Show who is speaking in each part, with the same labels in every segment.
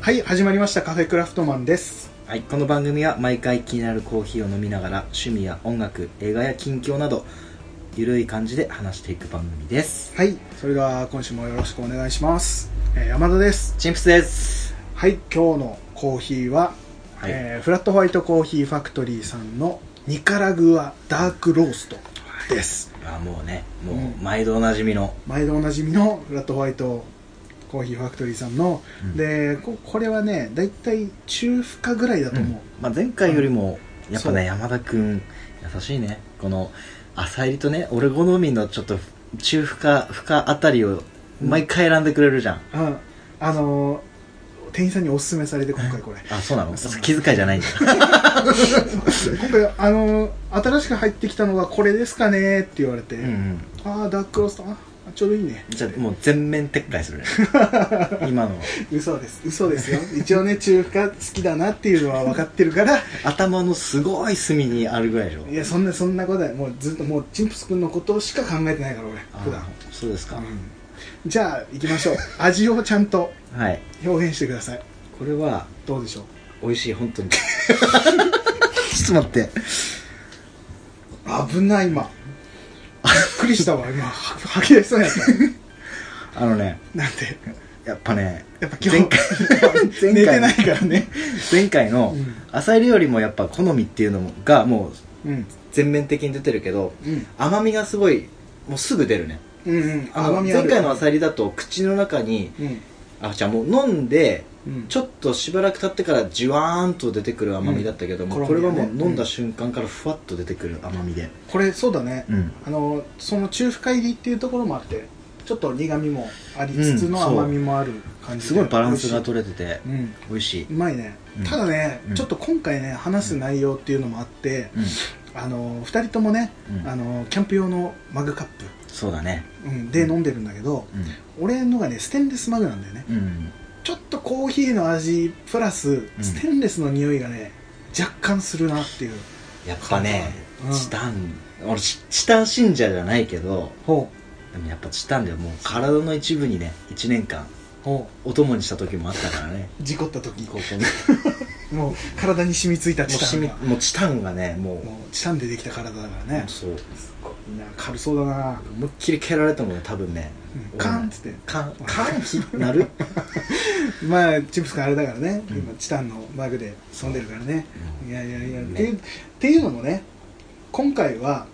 Speaker 1: はい始まりましたカフェクラフトマンです
Speaker 2: はい、この番組は毎回気になるコーヒーを飲みながら趣味や音楽映画や近況などゆるい感じで話していく番組です
Speaker 1: はいそれでは今週もよろしくお願いします、えー山田です
Speaker 2: チンプスです
Speaker 1: はい今日のコーヒーは、
Speaker 2: はい、
Speaker 1: えーフラットホワイトコーヒーファクトリーさんのニカラグアダークローストです
Speaker 2: あもうねも
Speaker 1: うん
Speaker 2: う毎度おなじみの、
Speaker 1: 毎度おなじみのフラットホワイトコーヒーファクトリーさんの、
Speaker 2: うん
Speaker 1: でここれはねだいたい中深ぐらいだと思う、
Speaker 2: まあ、前回よりもやっぱ
Speaker 1: そう
Speaker 2: ね山田君優しいねこの浅入りとね俺好みのちょっと中深深あたりを毎回選んでくれるじゃん、
Speaker 1: うんあのー店員さんにおすすめされて今回 これ
Speaker 2: あそうなの
Speaker 1: そう
Speaker 2: 気遣いじ ゃないんだ
Speaker 1: 今回あのー新しく入ってきたのがこれですかねって言われて、
Speaker 2: うん、うん
Speaker 1: ああダークローストあちょうどいいね
Speaker 2: じゃあもう全面撤回 するね今の
Speaker 1: 嘘です嘘ですよ一応ね中華好きだなっていうのは分かってる から
Speaker 2: 頭のすごい隅にあるぐらいでしょ
Speaker 1: いやそんなそんなことはもうずっともうチンプス君のことしか考えてないから俺
Speaker 2: あ
Speaker 1: 普段
Speaker 2: そうですか、
Speaker 1: うんじゃあ行きま しょう味をちゃんと
Speaker 2: はい
Speaker 1: 表現してください
Speaker 2: これは
Speaker 1: どうでしょう
Speaker 2: 美味しい本 当にちょっと待って
Speaker 1: 危ない今びっくりしたわ今は吐き出しそうや った
Speaker 2: あのね
Speaker 1: なんて
Speaker 2: やっぱね
Speaker 1: やっぱ今日
Speaker 2: 前
Speaker 1: 寝
Speaker 2: 回前
Speaker 1: て
Speaker 2: 回
Speaker 1: ないからね
Speaker 2: 前回の
Speaker 1: うん
Speaker 2: 浅いりよりもやっぱ好みっていうのがもう
Speaker 1: うん
Speaker 2: 全面的に出てるけど
Speaker 1: うん
Speaker 2: 甘みがすごいもうすぐ出るね
Speaker 1: うんうん
Speaker 2: あの
Speaker 1: 甘みあ
Speaker 2: 前
Speaker 1: る
Speaker 2: 回の浅いりだと口の中に
Speaker 1: うん
Speaker 2: あじゃあもう飲んで
Speaker 1: うん
Speaker 2: ちょっとしばらく経ってからじゅわーんと出てくる甘みだったけども、
Speaker 1: うん
Speaker 2: これは
Speaker 1: コ
Speaker 2: もう
Speaker 1: ロンビアね
Speaker 2: 飲んだ瞬間からふわっと出てくる甘みで
Speaker 1: これそうだね
Speaker 2: うん
Speaker 1: あのその中深入りっていうところもあってちょっと苦みもありつつの
Speaker 2: うんそう
Speaker 1: 甘みもある感じ
Speaker 2: す
Speaker 1: で、
Speaker 2: ごいバランスが取れてて
Speaker 1: 美味しいうん
Speaker 2: 美味しいう
Speaker 1: まいね、
Speaker 2: うん
Speaker 1: ただね、
Speaker 2: うん
Speaker 1: ちょっと今回ね話す内容っていうのもあって、
Speaker 2: うん
Speaker 1: あの2人ともね、
Speaker 2: うん
Speaker 1: あのキャンプ用のマグカップ、
Speaker 2: そうだね
Speaker 1: うん、で
Speaker 2: うん
Speaker 1: 飲んでるんだけど、俺のがねステンレスマグなんだよね
Speaker 2: うん、うん、
Speaker 1: ちょっとコーヒーの味プラス
Speaker 2: うん
Speaker 1: ステンレスの匂いがね若干するなっていう
Speaker 2: やっぱね
Speaker 1: うん
Speaker 2: チタン俺チチタン信者じゃないけど
Speaker 1: ほ
Speaker 2: でもやっぱチタンでもう体の一部にね1年間
Speaker 1: うほ
Speaker 2: お供にした時もあったからね
Speaker 1: う事故った時
Speaker 2: ここにも
Speaker 1: もう体に染みついた
Speaker 2: う
Speaker 1: チタ
Speaker 2: し
Speaker 1: ン
Speaker 2: み
Speaker 1: が
Speaker 2: もうチタンがねもう
Speaker 1: もうチタンでできた体だからね
Speaker 2: そう
Speaker 1: みんな軽そうだな、
Speaker 2: 思いっきり蹴られたもんね多分ね
Speaker 1: うん、カーンっつって
Speaker 2: カンカンひ なる
Speaker 1: まあチップス君あれだからね、
Speaker 2: うん
Speaker 1: 今チタンのマグで遊んでるからね、
Speaker 2: うん
Speaker 1: いやいやいや、
Speaker 2: ね
Speaker 1: っていうっていうのもね今回は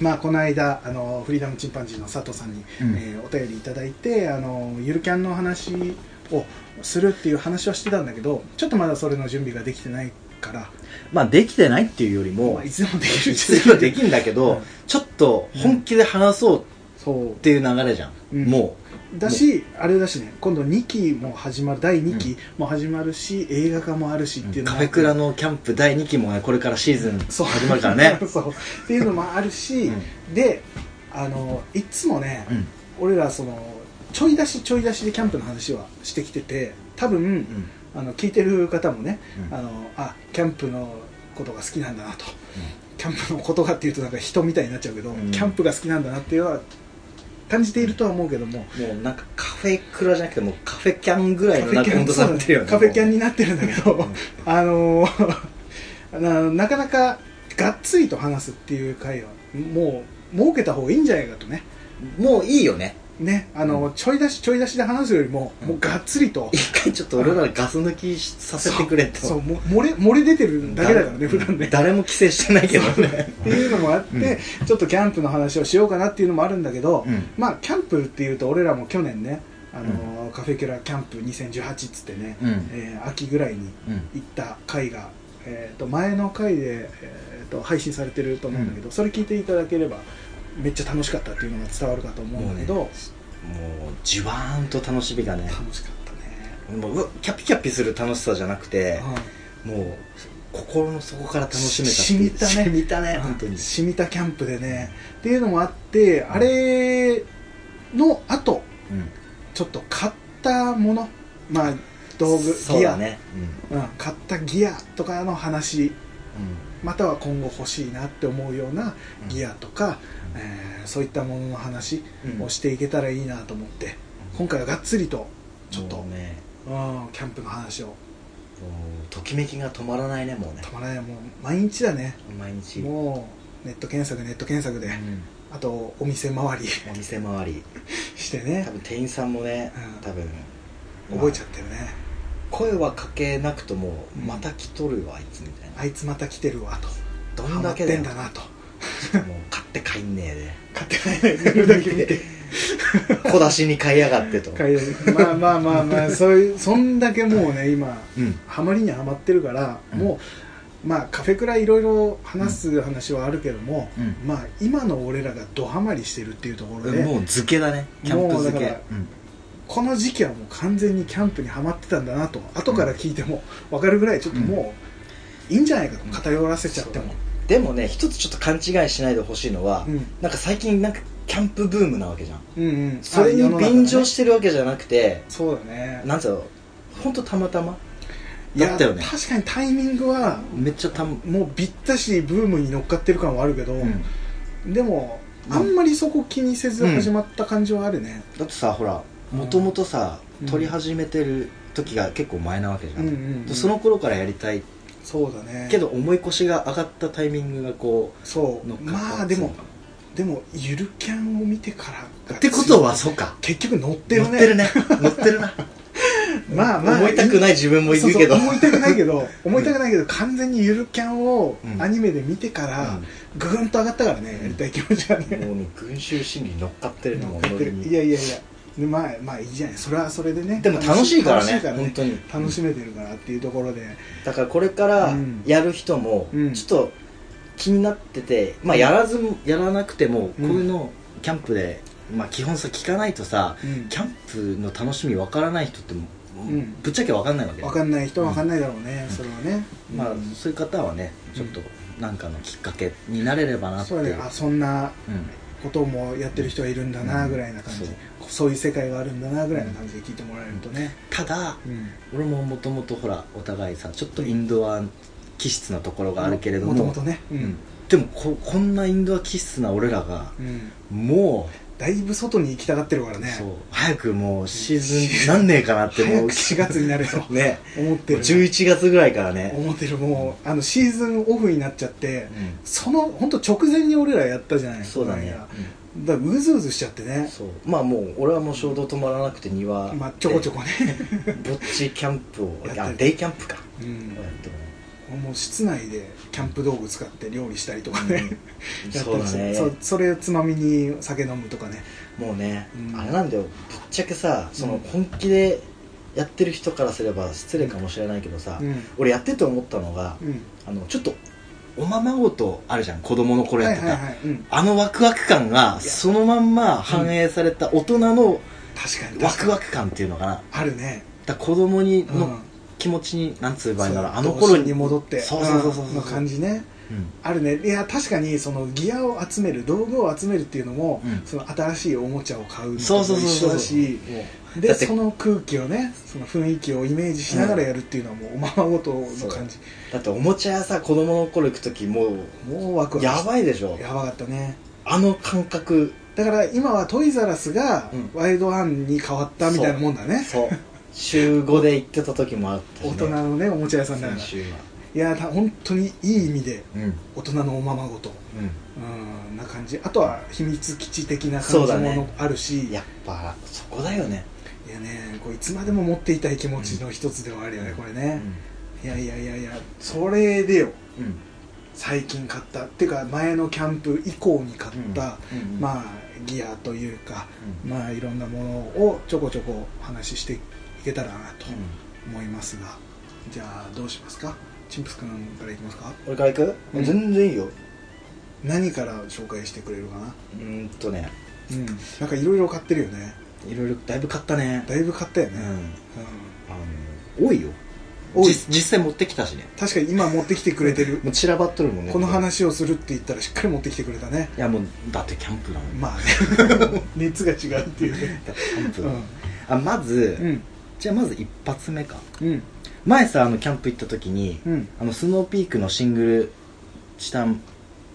Speaker 1: まあこの間あのフリーダムチンパンジーの佐藤さんに、
Speaker 2: うん
Speaker 1: えーお便りいただいてあのゆるキャンの話をするっていう話はしてたんだけどちょっとまだそれの準備ができてないから、
Speaker 2: まあできてないっていうよりも、
Speaker 1: まあ、いつでもできる
Speaker 2: いつでもでき
Speaker 1: る
Speaker 2: んだけど、
Speaker 1: うん
Speaker 2: ちょっと本気で話そう
Speaker 1: そう
Speaker 2: っていう流れじゃん、
Speaker 1: うん
Speaker 2: も
Speaker 1: だし、あれだしね今度2期も始まる第2期も始まるし、映画化もあるしっていううの
Speaker 2: カ
Speaker 1: も
Speaker 2: フェクラのキャンプ第2期もねこれからシーズン
Speaker 1: そう
Speaker 2: 始まるからね
Speaker 1: そうっていうのもあるし、
Speaker 2: う
Speaker 1: であのいつもね、
Speaker 2: うん
Speaker 1: 俺らそのちょい出しちょい出しでキャンプの話はしてきてて多分、
Speaker 2: うん
Speaker 1: あの聞いてる方もね、
Speaker 2: うん
Speaker 1: あのあキャンプのことが好きなんだなとキャンプのことがっていうとなんか人みたいになっちゃうけど、
Speaker 2: うん
Speaker 1: キャンプが好きなんだなっていうのは感じているとは思うけども、
Speaker 2: もうなんかカフェクラじゃなくてもうカフェキャンぐらいのなんか温度差
Speaker 1: そう
Speaker 2: に
Speaker 1: だね
Speaker 2: なってるよね
Speaker 1: カフェキャン
Speaker 2: も
Speaker 1: になってるんだけど、あのー あのなかなかがっつりと話すっていう会はもう設けた方がいいんじゃないかとね
Speaker 2: うもういいよね
Speaker 1: ねあの、ちょい出しちょい出しで話すよりも、もうがっつりと
Speaker 2: 一回ちょっと俺らガス抜きしさせてくれと
Speaker 1: そうそうも漏れ漏れ出てるだけだからね
Speaker 2: うん
Speaker 1: 普段ね
Speaker 2: 誰も規制してないけどね
Speaker 1: っていうのもあって、ちょっとキャンプの話をしようかなっていうのもあるんだけど、
Speaker 2: うん
Speaker 1: まあキャンプっていうと俺らも去年ねあのー、カフェキュラキャンプ2018っつってね、
Speaker 2: うん
Speaker 1: えー秋ぐらいに
Speaker 2: うん
Speaker 1: 行った回が、えー、と前の回で、えー、と配信されてると思うんだけど、それ聞いていただければめっちゃ楽しかったっていうのが伝わるかと思うんだけど、
Speaker 2: ももうじわーんと楽しみがね
Speaker 1: 楽しかったね、
Speaker 2: もううわキャピキャピする楽しさじゃなくて
Speaker 1: うん
Speaker 2: もう心の底から楽しめた
Speaker 1: し染みたね
Speaker 2: しみたね本当に
Speaker 1: 染みたキャンプでねっていうのもあってあれのあと
Speaker 2: うん
Speaker 1: ちょっと買ったものまあ道具
Speaker 2: そう
Speaker 1: ギア
Speaker 2: だ、ね
Speaker 1: うん、買ったギアとかの話
Speaker 2: うんうん
Speaker 1: または今後欲しいなって思うようなギアとか、
Speaker 2: うん
Speaker 1: えーそういったものの話
Speaker 2: うん
Speaker 1: をしていけたらいいなと思って、今回はがっつりとちょっと、
Speaker 2: もうね
Speaker 1: ううん、キャンプの話を
Speaker 2: もうときめきが止まらないねもうね
Speaker 1: たまらないもう毎日だね
Speaker 2: 毎日
Speaker 1: もうネット検索ネット検索で、
Speaker 2: うん
Speaker 1: あとお店回り
Speaker 2: お店回り
Speaker 1: してね
Speaker 2: 多分店員さんもね
Speaker 1: うん
Speaker 2: 多分
Speaker 1: 覚えち
Speaker 2: ゃ
Speaker 1: ゃってるね、
Speaker 2: 声はかけなくとも
Speaker 1: うん
Speaker 2: また来とるわあいつみたいな
Speaker 1: あいつまた来てるわと
Speaker 2: ど
Speaker 1: ハ
Speaker 2: ん
Speaker 1: マ
Speaker 2: だ
Speaker 1: っ
Speaker 2: けだ
Speaker 1: て
Speaker 2: よ
Speaker 1: んだなと
Speaker 2: もう買って帰んねえで
Speaker 1: 買ってないのにそれだけ見て
Speaker 2: 小出しに買いやがってと
Speaker 1: 買いまあまあまあまあそういうそんだけもうね今
Speaker 2: うん
Speaker 1: ハマりにはまってるから、
Speaker 2: うん
Speaker 1: もうまあカフェくらいいろいろ話す話はあるけども、
Speaker 2: うん
Speaker 1: まあ今の俺らがドハマりしてるっていうところで、
Speaker 2: もう漬けだねキャンプ漬
Speaker 1: もう
Speaker 2: け
Speaker 1: だからこの時期はもう完全にキャンプにはまってたんだなと後から聞いても分かるぐらいちょっともういいんじゃないかと偏らせちゃっても、
Speaker 2: うんでもね一つちょっと勘違いしないでほしいのは
Speaker 1: うん、
Speaker 2: なんか最近なんかキャンプブームなわけじゃん
Speaker 1: うんうん
Speaker 2: それに便乗
Speaker 1: て
Speaker 2: してるわけじゃなくて
Speaker 1: そうだね
Speaker 2: なんつうのほんとたまたま
Speaker 1: いや
Speaker 2: だったよね
Speaker 1: 確かにタイミングは
Speaker 2: めっちゃたま
Speaker 1: もうびったしブームに乗っかってる感はあるけど、
Speaker 2: うん
Speaker 1: でも
Speaker 2: うん
Speaker 1: あんまりそこ気にせず始まった感じはあるね、
Speaker 2: だってさほらもともとさ
Speaker 1: うん
Speaker 2: 撮り始めてる時が結構前なわけじゃん,、
Speaker 1: うんうんうん
Speaker 2: その頃からやりたい
Speaker 1: そうだね
Speaker 2: けど重い腰が上がったタイミングがこ
Speaker 1: そう
Speaker 2: う乗っかった
Speaker 1: まあでもでもゆるキャンを見てからが
Speaker 2: ってことはそうか
Speaker 1: 結局乗って
Speaker 2: 乗
Speaker 1: る
Speaker 2: っ
Speaker 1: ね
Speaker 2: てるね乗って るな
Speaker 1: まあまあ
Speaker 2: 思いたくない自分もいるけど
Speaker 1: そうそう思いたくないけ ど思いたくないけど完全にゆるキャンを
Speaker 2: うん
Speaker 1: アニメで見てからぐぐんと上がったからね
Speaker 2: うん
Speaker 1: やりたい気持ちはね、
Speaker 2: もうね群衆心理乗っかってるの
Speaker 1: 乗っ
Speaker 2: も
Speaker 1: てる
Speaker 2: 俺に
Speaker 1: いやいやいやでまあまあいいじゃないそれはそれでね
Speaker 2: でも楽しいからね
Speaker 1: 楽しいから
Speaker 2: 本
Speaker 1: ね
Speaker 2: 当に
Speaker 1: 楽しめてるからっていうところで
Speaker 2: だからこれから
Speaker 1: うん
Speaker 2: やる人も
Speaker 1: うん
Speaker 2: ちょっと気になってて、まあやらずもやらなくてもこう
Speaker 1: うん
Speaker 2: いうのキャンプで、まあ、基本さ聞かないとさ
Speaker 1: うん
Speaker 2: キャンプの楽しみわからない人っても、
Speaker 1: ん
Speaker 2: ぶっちゃけわかんないわけ
Speaker 1: わかんない人はわかんないだろうね、それはね、
Speaker 2: まあ
Speaker 1: うん
Speaker 2: そういう方はねちょっとなんかのきっかけになれればなって
Speaker 1: そ
Speaker 2: いうう
Speaker 1: だねあそんな
Speaker 2: うん
Speaker 1: こともやってる人がいるんだなぐらいな感じ、
Speaker 2: うん
Speaker 1: そういう世界があるんだなぐらいな感じで聞いてもらえるとね、
Speaker 2: ただ
Speaker 1: うん
Speaker 2: 俺ももともとほらお互いさちょっとインドア気質なところがあるけれども
Speaker 1: もともとね、う
Speaker 2: うんんでもここんなインドア気質な俺らが
Speaker 1: うん
Speaker 2: も
Speaker 1: だいぶ外に行きたがってるから
Speaker 2: う,、
Speaker 1: ね
Speaker 2: そう早くもうシーズンなんねえかなっ て
Speaker 1: 早
Speaker 2: もう
Speaker 1: く4月になると
Speaker 2: ね
Speaker 1: 思ってる
Speaker 2: 11月ぐらいからね、
Speaker 1: 思ってるもうあのシーズンオフになっちゃって
Speaker 2: う
Speaker 1: その本当直前に俺らやったじゃない
Speaker 2: ん、そうだね
Speaker 1: この間だからうずうずしちゃって
Speaker 2: うん
Speaker 1: ね
Speaker 2: そうまあもう俺はもう衝動止まらなくて庭
Speaker 1: まあちょこちょこね、
Speaker 2: でぼっちキャンプを
Speaker 1: やった
Speaker 2: あ
Speaker 1: り
Speaker 2: デイキャンプか、
Speaker 1: うん
Speaker 2: やってもね
Speaker 1: もう室内でキャンプ道具使って料理したりとかね、
Speaker 2: うん
Speaker 1: やった
Speaker 2: そう
Speaker 1: り
Speaker 2: だ
Speaker 1: して
Speaker 2: ね
Speaker 1: そうそれをつまみに酒飲むとかね
Speaker 2: もうね、
Speaker 1: うん
Speaker 2: あれなんだよぶっちゃけさそうの
Speaker 1: ん
Speaker 2: 本気でやってる人からすれば失礼かもしれないけどさ、
Speaker 1: うん
Speaker 2: 俺やってて思ったのが、
Speaker 1: うん
Speaker 2: あのちょっとおままごとあるじゃん子供の頃
Speaker 1: は
Speaker 2: やっ
Speaker 1: い
Speaker 2: て
Speaker 1: は
Speaker 2: た、
Speaker 1: いはい、うん、
Speaker 2: あのワクワク感がそのまんま反映された大人の
Speaker 1: 確かに
Speaker 2: ワ
Speaker 1: 確か
Speaker 2: クワク感っていうのかな
Speaker 1: にあるね、
Speaker 2: だから子供に
Speaker 1: うん
Speaker 2: の気持ちに、なんつう場合な
Speaker 1: そ
Speaker 2: ら
Speaker 1: う
Speaker 2: あの頃
Speaker 1: 童心に戻って
Speaker 2: そうそうそうそう
Speaker 1: うんの感じね
Speaker 2: うん
Speaker 1: あるねいや確かにそのギアを集める道具を集めるっていうのも、
Speaker 2: うん
Speaker 1: その新しいおもちゃを買うのと
Speaker 2: そう
Speaker 1: も
Speaker 2: そうそう
Speaker 1: 一緒
Speaker 2: そう
Speaker 1: だし
Speaker 2: もうだ
Speaker 1: で
Speaker 2: って
Speaker 1: その空気をねその雰囲気をイメージしながらやるっていうのはもうおままごとの感じ
Speaker 2: だっておもちゃ屋さ子供の頃行く時も
Speaker 1: もうワクワ
Speaker 2: う
Speaker 1: ク
Speaker 2: や
Speaker 1: し
Speaker 2: ばいでしょ
Speaker 1: やばかったね
Speaker 2: あの感覚
Speaker 1: だから今はトイザラスが
Speaker 2: うん
Speaker 1: ワイドワンに変わったみたいなもんだね、
Speaker 2: そう週5で行ってた時もあったし、ね、
Speaker 1: 大人のねおもちゃ屋さんだから
Speaker 2: 先週はい
Speaker 1: やた本当にいい意味で
Speaker 2: うんうん
Speaker 1: 大人のおままごとうんな感じあとは秘密基地的な感
Speaker 2: そう
Speaker 1: じ
Speaker 2: だ
Speaker 1: も
Speaker 2: ね
Speaker 1: のあるし、
Speaker 2: やっぱそこだよね、
Speaker 1: いやねこういつまでも持っていたい気持ちの一つではあるよね、これ
Speaker 2: う
Speaker 1: ね、いやいやいやいやそれでよ
Speaker 2: うん
Speaker 1: 最近買ったっていうか前のキャンプ以降に買った、
Speaker 2: うん
Speaker 1: まあギアというか
Speaker 2: うん
Speaker 1: まあいろんなものをちょこちょこお話ししていけたらなと
Speaker 2: うん
Speaker 1: 思いますが、じゃあどうしますかチンプス君からいきますか
Speaker 2: 俺から行く、
Speaker 1: うん
Speaker 2: 全然いいよ
Speaker 1: 何から紹介してくれるかな
Speaker 2: うーんとね
Speaker 1: うんなんかいろいろ買ってるよね
Speaker 2: いろいろだいぶ買ったね
Speaker 1: だいぶ買ったよ
Speaker 2: う
Speaker 1: ね、うん
Speaker 2: んあの多いよ
Speaker 1: 多い
Speaker 2: 実実際持ってきたしね
Speaker 1: 確かに今持ってきてくれてる
Speaker 2: もう散らばっとるもんね
Speaker 1: この話をするって言ったらしっかり持ってきてくれたね
Speaker 2: いやもうだってキャンプだもん、
Speaker 1: まあね熱が違うっていうね
Speaker 2: だってキャンプ
Speaker 1: う
Speaker 2: だもん
Speaker 1: ん
Speaker 2: あまず、
Speaker 1: うん
Speaker 2: じゃあまず一発目か
Speaker 1: うん
Speaker 2: 前さあのキャンプ行った時に、
Speaker 1: うん
Speaker 2: あのスノーピークのシングルチタン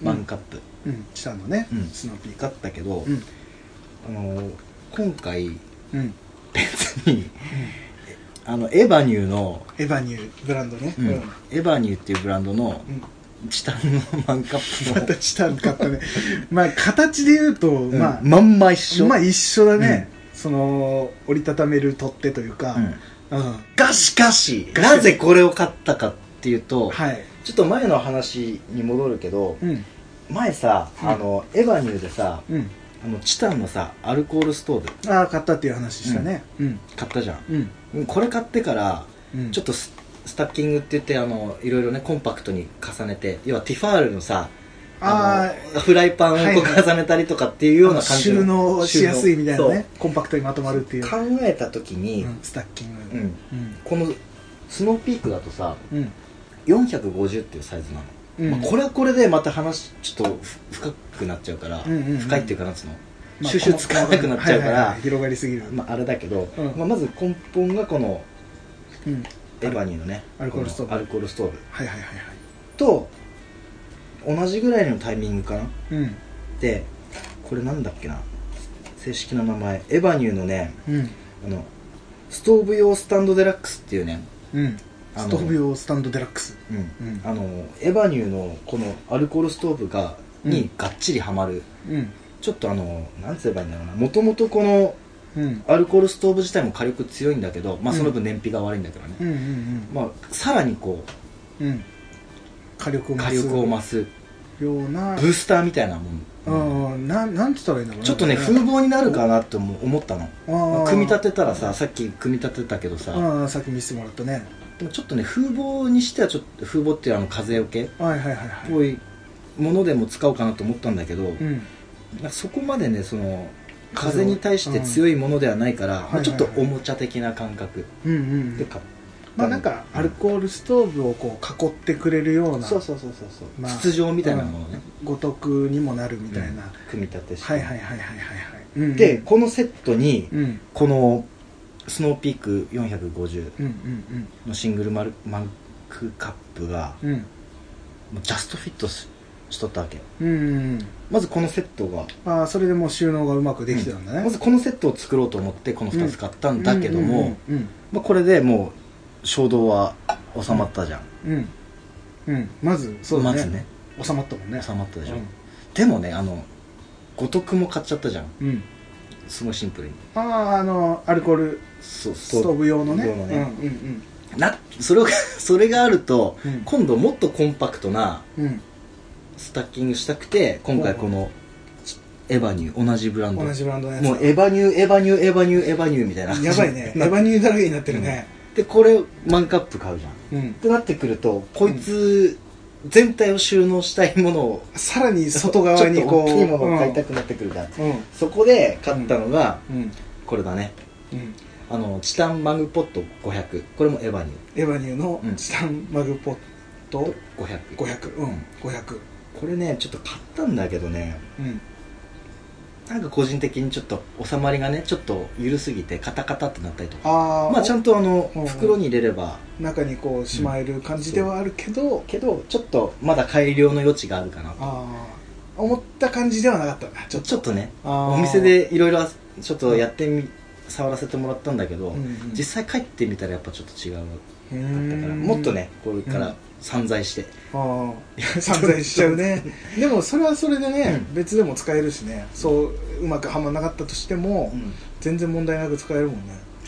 Speaker 2: マンカップ、
Speaker 1: うんチタンのね、
Speaker 2: うん
Speaker 1: スノーピーカ
Speaker 2: 買ったけど、
Speaker 1: うん
Speaker 2: あの今回
Speaker 1: うん
Speaker 2: 別にあのエヴァニューの、
Speaker 1: エヴァニューブランドね、
Speaker 2: うんエヴァニューっていうブランドの
Speaker 1: うん
Speaker 2: チタンのマンカップ
Speaker 1: ま
Speaker 2: の、
Speaker 1: たチタン買ったね まあ形で言うと、
Speaker 2: うん
Speaker 1: まあ、
Speaker 2: まんま一緒、
Speaker 1: まあ一緒だね、その折りたためる取っ手というか、うん
Speaker 2: がし
Speaker 1: が
Speaker 2: かし
Speaker 1: しかし
Speaker 2: なぜこれを買ったかっていうと、
Speaker 1: はい、
Speaker 2: ちょっと前の話に戻るけど
Speaker 1: うん
Speaker 2: 前さ、
Speaker 1: うん
Speaker 2: あのエヴァニューでさ
Speaker 1: うん、
Speaker 2: あのチタンのさアルコールストーブ
Speaker 1: ああ買ったっていう話したねうん
Speaker 2: 買ったじゃん
Speaker 1: うん、
Speaker 2: これ買ってから
Speaker 1: うん、
Speaker 2: ちょっとススタッキングって言ってあのいろいろねコンパクトに重ねて要はティファールのさ
Speaker 1: あ
Speaker 2: のフライパンをこ
Speaker 1: はいう
Speaker 2: 重ねたりとかっていう
Speaker 1: あ
Speaker 2: ような感じの
Speaker 1: 収納しやすいみたいな
Speaker 2: 収納
Speaker 1: ねコンパクトにまとまるっていう、
Speaker 2: そう考えた時に、
Speaker 1: うんスタッキング
Speaker 2: うん
Speaker 1: うん
Speaker 2: このスノーピークだとさ
Speaker 1: うん
Speaker 2: 450っていうサイズなの、
Speaker 1: うん
Speaker 2: まあ、これはこれでまた話ちょっとふ深くなっちゃうから、
Speaker 1: うんうんうん
Speaker 2: 深いっていうかなんつうの、
Speaker 1: まあ
Speaker 2: 収集つかなくなっちゃう
Speaker 1: はい
Speaker 2: から、
Speaker 1: はいはい広がりすぎる、
Speaker 2: まあ、あれだけど、
Speaker 1: うん
Speaker 2: まあ、まず根本がこの
Speaker 1: うん
Speaker 2: エヴァニーのね
Speaker 1: アルコールストーブ
Speaker 2: このアルコールストーブ
Speaker 1: はいはいはいは
Speaker 2: と同じぐらいのタイミングかない
Speaker 1: うん
Speaker 2: でこれなんだっけな正式な名前エヴァニューのね
Speaker 1: うん
Speaker 2: あのストーブ用スタンドデラックスっていうね、
Speaker 1: うん
Speaker 2: あ
Speaker 1: ス
Speaker 2: の
Speaker 1: トーブ用スタンドデラックス
Speaker 2: うん
Speaker 1: うん
Speaker 2: あのエヴァニューのこのアルコールストーブが
Speaker 1: うん
Speaker 2: にがっちりはまる、
Speaker 1: うん
Speaker 2: ちょっとあのなんつえばいいんだろうなもともとこの
Speaker 1: うん
Speaker 2: アルコールストーブ自体も火力強いんだけど、まあ、
Speaker 1: うん
Speaker 2: その分燃費が悪いんだけどね、
Speaker 1: うんうん
Speaker 2: まあ、さらにこう
Speaker 1: うんうん火力を増
Speaker 2: 火
Speaker 1: す
Speaker 2: 力を増す
Speaker 1: ような
Speaker 2: ブースターみたいなもん、
Speaker 1: うんなんなんて言ったらいいんだろうね
Speaker 2: ちょっとね
Speaker 1: こ
Speaker 2: 風貌になるかなとも思ったの、
Speaker 1: れねあー
Speaker 2: 組み立てたらささっき組み立てたけどさ、
Speaker 1: ああさっき見せてもらったね
Speaker 2: でもちょっとね風貌にしてはちょっと風貌っていうあの風よけっ
Speaker 1: はいはいはいはい
Speaker 2: ぽいものでも使おうかなと思ったんだけど、
Speaker 1: う
Speaker 2: なん
Speaker 1: ん
Speaker 2: かそこまでねその風に対して強いものではないから、
Speaker 1: ん
Speaker 2: まあ、ちょっと
Speaker 1: はいはい
Speaker 2: お
Speaker 1: はい
Speaker 2: もちゃ的な感覚
Speaker 1: うんう
Speaker 2: で
Speaker 1: ん
Speaker 2: 買っ
Speaker 1: まあなんかアルコールストーブをこう囲ってくれるような
Speaker 2: そうそうそうそうそう、
Speaker 1: まあ
Speaker 2: 筒状みたいなものをね、
Speaker 1: ごとくにもなるみたいな、
Speaker 2: 組み立てして、
Speaker 1: はいはいはいはいはいはいうん
Speaker 2: でこのセットに
Speaker 1: うん
Speaker 2: このスノーピーク450
Speaker 1: うんうん
Speaker 2: のシングルマルマンクカップが
Speaker 1: うんうん
Speaker 2: もうジャストフィットししとったわけ
Speaker 1: うんうん
Speaker 2: まずこのセットが
Speaker 1: ああそれでもう収納がうまくできてたんだね、
Speaker 2: まずこのセットを作ろうと思ってこの2つ買ったんだけども、
Speaker 1: うんうん
Speaker 2: まあ、これでもう衝動は収まったじゃん、
Speaker 1: うんうん、うんうんまずそうだ
Speaker 2: ま
Speaker 1: ね,、
Speaker 2: ずね
Speaker 1: 収まったもんね
Speaker 2: 収まったでしょ、でもねあの五徳も買っちゃったじゃん
Speaker 1: うん、うん、
Speaker 2: すごいシンプルに
Speaker 1: あああのアルコール
Speaker 2: そう
Speaker 1: ストーブ用のね
Speaker 2: ストーブ用のね
Speaker 1: うんうん
Speaker 2: なそれを それがあると、
Speaker 1: うん
Speaker 2: 今度もっとコンパクトな
Speaker 1: うん、
Speaker 2: スタッキングしたくて今回このエヴァニュー同じブランド
Speaker 1: 同じブランドのやつ
Speaker 2: もうエヴァニューエヴァニューエヴァニューエヴァニューみたいな
Speaker 1: やばいねエ
Speaker 2: な
Speaker 1: ヴァニューだらけになってるね
Speaker 2: でこれマンカップ買うじゃんっ
Speaker 1: うん、
Speaker 2: てなってくるとこいつ、全体を収納したいものを
Speaker 1: さらに外側にこう
Speaker 2: ちょっと大きいものを買いたくなってくるじゃん、
Speaker 1: うん
Speaker 2: そこで買ったのが、
Speaker 1: うん
Speaker 2: これだね
Speaker 1: うん
Speaker 2: あのチタンマグポット500これもエヴァニ
Speaker 1: エヴァニューの
Speaker 2: うん
Speaker 1: チタンマグポット
Speaker 2: ュー500
Speaker 1: 500うん500
Speaker 2: これねちょっと買ったんだけどね
Speaker 1: うん
Speaker 2: なんか個人的にちょっと収まりがねちょっと緩すぎてカタカタってなったりとか
Speaker 1: ああ
Speaker 2: まあちゃんとあの
Speaker 1: うん
Speaker 2: 袋に入れれば
Speaker 1: 中にこうしまえる感じではあるけど、
Speaker 2: けどちょっとまだ改良の余地があるかなと
Speaker 1: ああ思った感じではなかったなちょ
Speaker 2: ちょ
Speaker 1: っと
Speaker 2: ちょっとね
Speaker 1: あー
Speaker 2: お店でいろいろちょっとやってみ触らせてもらったんだけど、
Speaker 1: うんうん
Speaker 2: 実際帰ってみたらやっぱちょっと違う
Speaker 1: う
Speaker 2: だ
Speaker 1: ん
Speaker 2: からもっとねこれか
Speaker 1: うん
Speaker 2: ら散財して、
Speaker 1: ああ散財しちゃう ねでもそれはそれでね、別でも使えるしねそううまくはまんなかったとしても、全然問題なく使えるもんね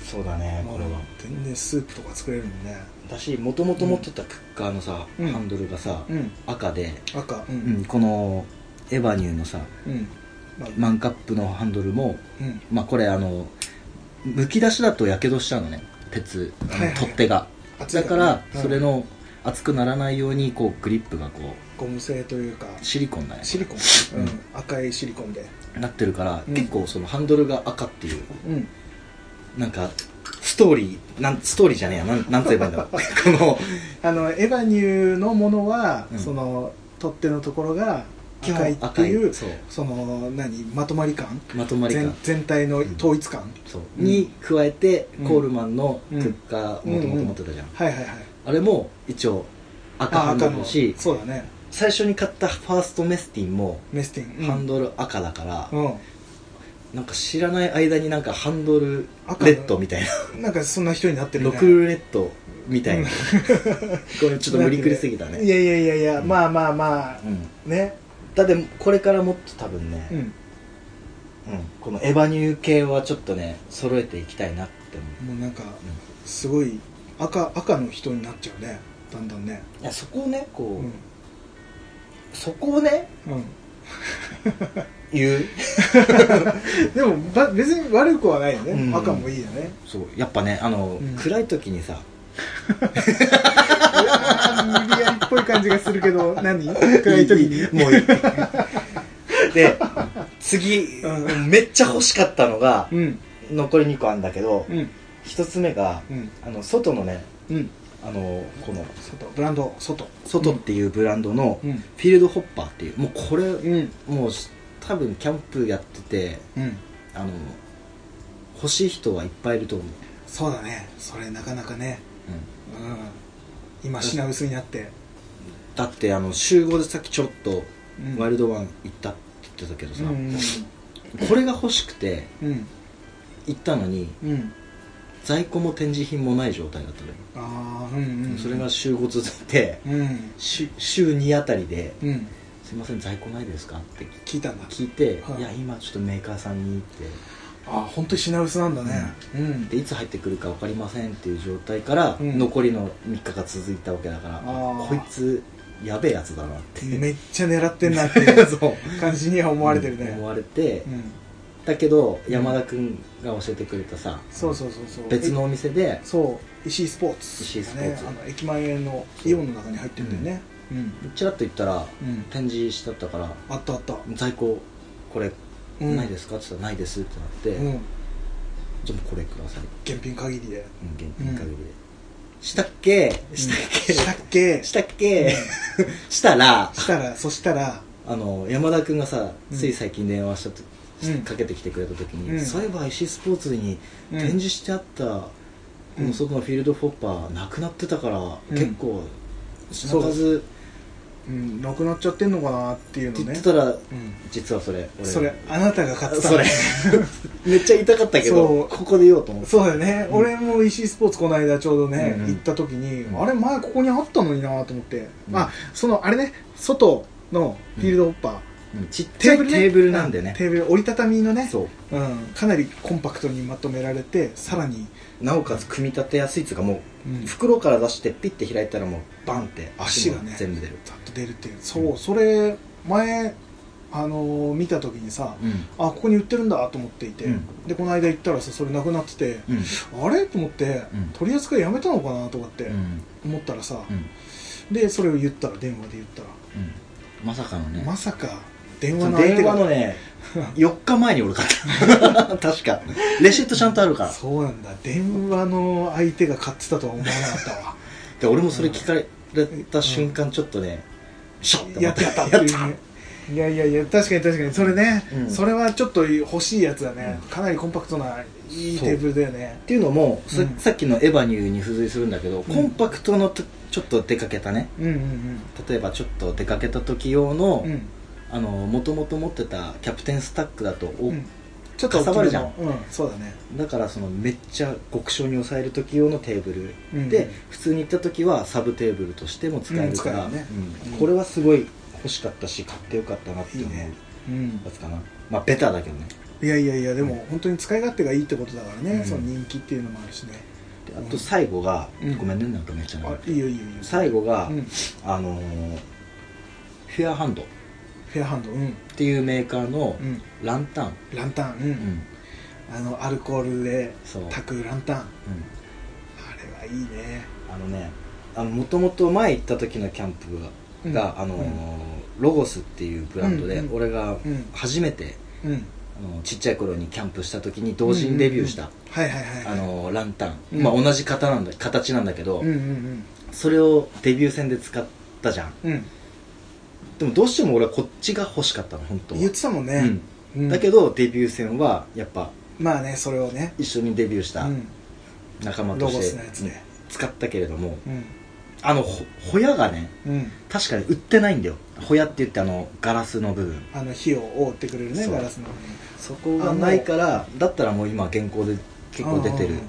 Speaker 2: そうだねこれは
Speaker 1: 全然スープとか作れるもんね
Speaker 2: 私もともと持ってたクッカーのさ、
Speaker 1: うん
Speaker 2: ハンドルがさ、
Speaker 1: うん
Speaker 2: 赤で、
Speaker 1: 赤う
Speaker 2: うん
Speaker 1: ん
Speaker 2: このエヴァニューのさ
Speaker 1: うんまあ
Speaker 2: マンカップのハンドルも
Speaker 1: うん
Speaker 2: まあこれあのむき出しだとやけどしちゃうのね鉄あの
Speaker 1: はいはい
Speaker 2: 取っ手が
Speaker 1: 熱い
Speaker 2: だ
Speaker 1: か
Speaker 2: から
Speaker 1: ね
Speaker 2: らそれの熱くならないようにこうグリップがこ
Speaker 1: ゴム製というか
Speaker 2: うシリコンだね
Speaker 1: シリコン、
Speaker 2: う
Speaker 1: うんん、赤いシリコンで
Speaker 2: なってるから、
Speaker 1: うん
Speaker 2: 結構そのハンドルが赤っていう
Speaker 1: うん
Speaker 2: なんかストーリーなんストーリーじゃねえやなんなんて言えばいいん だろうこの
Speaker 1: あのエヴァニューのものは、
Speaker 2: うん
Speaker 1: その取っ手のところが赤いっていう
Speaker 2: そう
Speaker 1: その何まとまり感
Speaker 2: まとまり
Speaker 1: 全
Speaker 2: 感
Speaker 1: 全体の統一感、
Speaker 2: そう、
Speaker 1: うん
Speaker 2: に加えて、
Speaker 1: うん
Speaker 2: コールマンのクッカーもともと持ってたじゃん、
Speaker 1: はいはいはい
Speaker 2: あれも一応赤ハンドルだし
Speaker 1: そうだね
Speaker 2: 最初に買ったファーストメスティンも
Speaker 1: メスティン
Speaker 2: ハンドル赤だから、
Speaker 1: うん、うん、
Speaker 2: なんか知らない間になんかハンドル
Speaker 1: 赤の
Speaker 2: レッドみたいな
Speaker 1: なんかそんな人になってるみたいな
Speaker 2: 6レッドみたい
Speaker 1: う
Speaker 2: なごめんちょっと無理くりすぎた
Speaker 1: い
Speaker 2: ね、
Speaker 1: やいやいやいや、まあまあまあ
Speaker 2: うん、
Speaker 1: ね
Speaker 2: だってこれからもっと多分ね、
Speaker 1: うん
Speaker 2: うんこのエヴァニュー系はちょっとね揃えていきたいなって思う、
Speaker 1: もうなんか
Speaker 2: うん
Speaker 1: すごい赤赤の人になっちゃうねだんだんね
Speaker 2: いやそこをねこう、
Speaker 1: うん
Speaker 2: そこをね
Speaker 1: うん、
Speaker 2: 言う
Speaker 1: でもば別に悪くはないよね、
Speaker 2: うん
Speaker 1: 赤もいいよね
Speaker 2: そうやっぱねあの、
Speaker 1: うん
Speaker 2: 暗い時にさ
Speaker 1: 無理やりっぽい感じがするけ ど何暗い時
Speaker 2: いいいい
Speaker 1: に
Speaker 2: もういい で次、
Speaker 1: う
Speaker 2: めっちゃ欲しかったのが
Speaker 1: うん
Speaker 2: 残り2個あるんだけど、
Speaker 1: うん
Speaker 2: 一つ目が
Speaker 1: うん
Speaker 2: あの外のね
Speaker 1: うん
Speaker 2: あのこの
Speaker 1: 外ブランド外
Speaker 2: 外っていうブランドの
Speaker 1: うん
Speaker 2: フィールドホッパーっていうもうこれ
Speaker 1: うん
Speaker 2: もうし多分キャンプやってて
Speaker 1: うん
Speaker 2: あの欲しい人はいっぱいいると思う、
Speaker 1: そうだねそれなかなかねうん今品薄になって
Speaker 2: だってあの集合でさっきちょっと
Speaker 1: うん
Speaker 2: ワイルドワン行ったって言ってたけどさ、
Speaker 1: うん
Speaker 2: これが欲しくて
Speaker 1: うん
Speaker 2: 行ったのに
Speaker 1: うん
Speaker 2: 在庫も展示品もない状態だったのよ、
Speaker 1: ああうんうん
Speaker 2: それが週5続いて
Speaker 1: うん
Speaker 2: 週週2あたりで
Speaker 1: うん
Speaker 2: 「すいません在庫ないですか?」って
Speaker 1: 聞いたんだ
Speaker 2: 聞いて「
Speaker 1: はい
Speaker 2: いや今ちょっとメーカーさんに」って
Speaker 1: ああ本当に品薄なんだねうん
Speaker 2: でいつ入ってくるか分かりませんっていう状態から、
Speaker 1: うん
Speaker 2: 残りの3日が続いたわけだから
Speaker 1: あー
Speaker 2: こいつやべえやつだなって
Speaker 1: めっちゃ狙ってんなっていう
Speaker 2: そう
Speaker 1: 感じには思われてるね
Speaker 2: 思われて、
Speaker 1: うん
Speaker 2: だけど山田君が教えてくれたさ
Speaker 1: そうそうそうそう
Speaker 2: 別のお店で
Speaker 1: えそう石井スポーツ
Speaker 2: 石井スポーツ
Speaker 1: ねあの駅前のイオンの中に入ってるんだよねうん
Speaker 2: ちらっと行ったら
Speaker 1: うん
Speaker 2: 展示してあったから
Speaker 1: あったあった
Speaker 2: 在庫これ
Speaker 1: うん
Speaker 2: ないですかって言ったら「ないです」ってなって
Speaker 1: う、ん
Speaker 2: じゃあもうこれください
Speaker 1: 現品限りで
Speaker 2: うん現金限りで、したっけしたっけ、
Speaker 1: したっけ
Speaker 2: したっけ したら
Speaker 1: したらそしたら
Speaker 2: あの山田君がさ
Speaker 1: うん
Speaker 2: つい最近電話したと、
Speaker 1: うん
Speaker 2: かけてきてくれた時に、
Speaker 1: うん
Speaker 2: そういえば石井スポーツに
Speaker 1: うん
Speaker 2: 展示してあった、こ
Speaker 1: う
Speaker 2: の
Speaker 1: ん
Speaker 2: 外のフィールドフォッパーなくなってたから、
Speaker 1: ん
Speaker 2: 結構品数
Speaker 1: うんなくなっちゃってんのかなっていう
Speaker 2: って
Speaker 1: の
Speaker 2: 言っ
Speaker 1: ね
Speaker 2: てたら、
Speaker 1: うん
Speaker 2: 実はそれ俺
Speaker 1: それあなたが買ってた
Speaker 2: それめっちゃ痛かったけ
Speaker 1: そ
Speaker 2: ど
Speaker 1: う
Speaker 2: ここで言おうと思って
Speaker 1: そうだよね、俺も石井スポーツこの間ちょうどね、
Speaker 2: うんうん
Speaker 1: 行った時に、
Speaker 2: うん
Speaker 1: あれ前ここにあったのになと思って、
Speaker 2: うん
Speaker 1: あそのあれね外のフィールドホッパー、
Speaker 2: うんちっちゃいテ
Speaker 1: ね
Speaker 2: ーブルなんでね
Speaker 1: うテーブル折りたたみのね、
Speaker 2: そう
Speaker 1: ん、かなりコンパクトにまとめられてさらに、
Speaker 2: うなおかつ組み立てやすいっていうかも
Speaker 1: う、
Speaker 2: うん
Speaker 1: ふ
Speaker 2: 袋から出してピッて開いたらもうバンって
Speaker 1: 足がね
Speaker 2: 全部出る、
Speaker 1: ざっと出るっていうそう、それ前あのー見た時にさ、
Speaker 2: うん
Speaker 1: あここに売ってるんだと思っていて、
Speaker 2: うん
Speaker 1: でこの間行ったらさそれなくなってて、
Speaker 2: うん
Speaker 1: あれと思って、
Speaker 2: うん
Speaker 1: 取り扱いやめたのかなとかって
Speaker 2: うん
Speaker 1: 思ったらさ、
Speaker 2: うん
Speaker 1: でそれを言ったら電話で言ったら、
Speaker 2: うんまさかのね
Speaker 1: まさか電話
Speaker 2: そ
Speaker 1: の
Speaker 2: の
Speaker 1: 相手
Speaker 2: 電話
Speaker 1: が
Speaker 2: のね4日前に俺買った 確かレシートちゃんとあるから
Speaker 1: そうなんだ電話の相手が買ってたとは思わなかったわ
Speaker 2: で俺もそれ聞かれた瞬間ちょっとねシャッて
Speaker 1: やってやったっていうねいやいやいや確かに確かにそれね、
Speaker 2: うん
Speaker 1: それはちょっと欲しいやつだね、かなりコンパクトないいテーブルだよね
Speaker 2: っていうのも、さ
Speaker 1: うん
Speaker 2: さっきのエヴァニューに付随するんだけど、コンパクトのとちょっと出かけたね
Speaker 1: うんうん
Speaker 2: 例えばちょっと出かけた時用の、
Speaker 1: うんうん
Speaker 2: あの元々持ってたキャプテンスタックだと、お
Speaker 1: うんちょっと大きめ
Speaker 2: かさばるじゃん
Speaker 1: のうんそうだね
Speaker 2: だからそのめっちゃ極小に抑える時用のテーブル、
Speaker 1: うん
Speaker 2: で普通に行った時はサブテーブルとしても使えるから、
Speaker 1: うん使えるね
Speaker 2: うん
Speaker 1: うん
Speaker 2: これはすごい欲しかったし買ってよかったなって思う
Speaker 1: いいね
Speaker 2: や
Speaker 1: うん
Speaker 2: つかなまあベタだけどね
Speaker 1: いやいやいやでも本当に使い勝手がいいってことだからね、
Speaker 2: うん
Speaker 1: その人気っていうのもあるしね
Speaker 2: であと最後が、
Speaker 1: うん
Speaker 2: ごめんねなんかめっちゃ長
Speaker 1: あ
Speaker 2: い
Speaker 1: いいよいいよいいよ
Speaker 2: 最後が、
Speaker 1: うん、
Speaker 2: あのーフェアハンドっ
Speaker 1: フェアハンドうん
Speaker 2: ていうメーカーの
Speaker 1: うん
Speaker 2: ランタン、
Speaker 1: ランタン、うん
Speaker 2: うん
Speaker 1: あのアルコールで
Speaker 2: そう、うん、
Speaker 1: 炊くランタンあれはいいね
Speaker 2: あのねあのもともと前行った時のキャンプが、
Speaker 1: うん
Speaker 2: あのーロゴスっていうブランドで、
Speaker 1: うんうん
Speaker 2: 俺
Speaker 1: う
Speaker 2: が
Speaker 1: ん
Speaker 2: 初めて
Speaker 1: うん
Speaker 2: あのちっちゃい頃にキャンプした時に同時にデビューした、
Speaker 1: はいはいはい
Speaker 2: あのランタン、
Speaker 1: うん
Speaker 2: まあ、同じ型なんだ形なんだけど、
Speaker 1: うんうん
Speaker 2: それをデビュー戦で使ったじゃん
Speaker 1: うんうん
Speaker 2: でもどうしても俺はこっちが欲しかったの本当は
Speaker 1: 言ってたもん
Speaker 2: う
Speaker 1: ね
Speaker 2: ん、だけ
Speaker 1: ど
Speaker 2: どデビュー戦はやっぱ
Speaker 1: まあねそれをね
Speaker 2: 一緒にデビューした
Speaker 1: うん
Speaker 2: 仲間
Speaker 1: ロ
Speaker 2: と
Speaker 1: ゴ
Speaker 2: し
Speaker 1: ス
Speaker 2: て
Speaker 1: のやつね
Speaker 2: 使ったけれども
Speaker 1: うん
Speaker 2: あのほホヤがね
Speaker 1: うん
Speaker 2: 確かに売ってないんだよホヤって言ってあのガラスの部分
Speaker 1: あの火を覆ってくれるね
Speaker 2: そう
Speaker 1: ガラスの
Speaker 2: そこがないからだったらもう今現行で結構出てる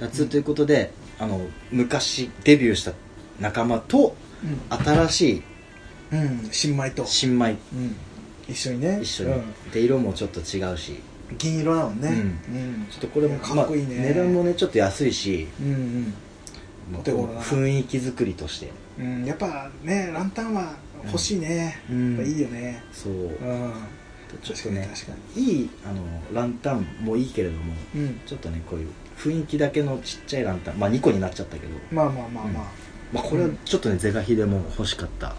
Speaker 2: やつということで、あの昔デビューした仲間と新しい
Speaker 1: うん、うん、新米と、
Speaker 2: 新米
Speaker 1: うん、一緒にね
Speaker 2: 一緒に、
Speaker 1: うん
Speaker 2: で色もちょっと違うし
Speaker 1: 銀色だもんね、
Speaker 2: う
Speaker 1: うん
Speaker 2: ちょっとこれも
Speaker 1: いやかっこいいね、
Speaker 2: まあ値段もねちょっと安いし
Speaker 1: うん
Speaker 2: もう
Speaker 1: お手頃な
Speaker 2: 雰囲気作りとして
Speaker 1: うん、うん、やっぱねランタンは欲しいね、
Speaker 2: うん
Speaker 1: やっぱいいよね
Speaker 2: そう、
Speaker 1: うん
Speaker 2: ちょっ
Speaker 1: 確
Speaker 2: と
Speaker 1: かに
Speaker 2: ね
Speaker 1: 確か
Speaker 2: いいあのランタンもいいけれども
Speaker 1: にうん
Speaker 2: ちょっとねこういう雰囲気だけのちっちゃいランタンまあ2個になっちゃったけど、
Speaker 1: まあまあまあまあ、
Speaker 2: まあ、これはちょっとね是が非でも欲しかったや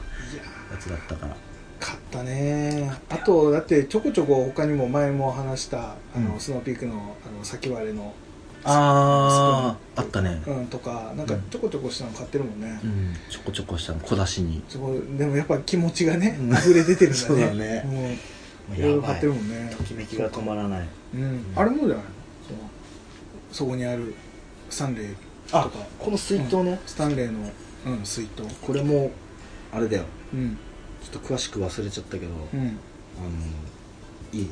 Speaker 1: いや
Speaker 2: つだったから
Speaker 1: 買ったねあとだってちょこちょこ他にも前も話したあの、
Speaker 2: うん
Speaker 1: スノーピークのあの先割れの、
Speaker 2: あああったね
Speaker 1: うん、とかなんかちょこちょこしたの買ってるもんね、
Speaker 2: うんちょこちょこしたの小出しに
Speaker 1: すごいでもやっぱ気持ちがね
Speaker 2: うん
Speaker 1: 溢れ出てるんだね
Speaker 2: そうだね
Speaker 1: もういろいろ買ってるもんね
Speaker 2: ときめきが止まらない
Speaker 1: うん、あれもじゃないのそのそこにあるスタンレーとか
Speaker 2: この水筒ね、
Speaker 1: スタンレーの、うん、水筒
Speaker 2: これもあれだよ
Speaker 1: うん
Speaker 2: ちょっと詳しく忘れちゃったけど、
Speaker 1: う
Speaker 2: あ
Speaker 1: ん
Speaker 2: のいい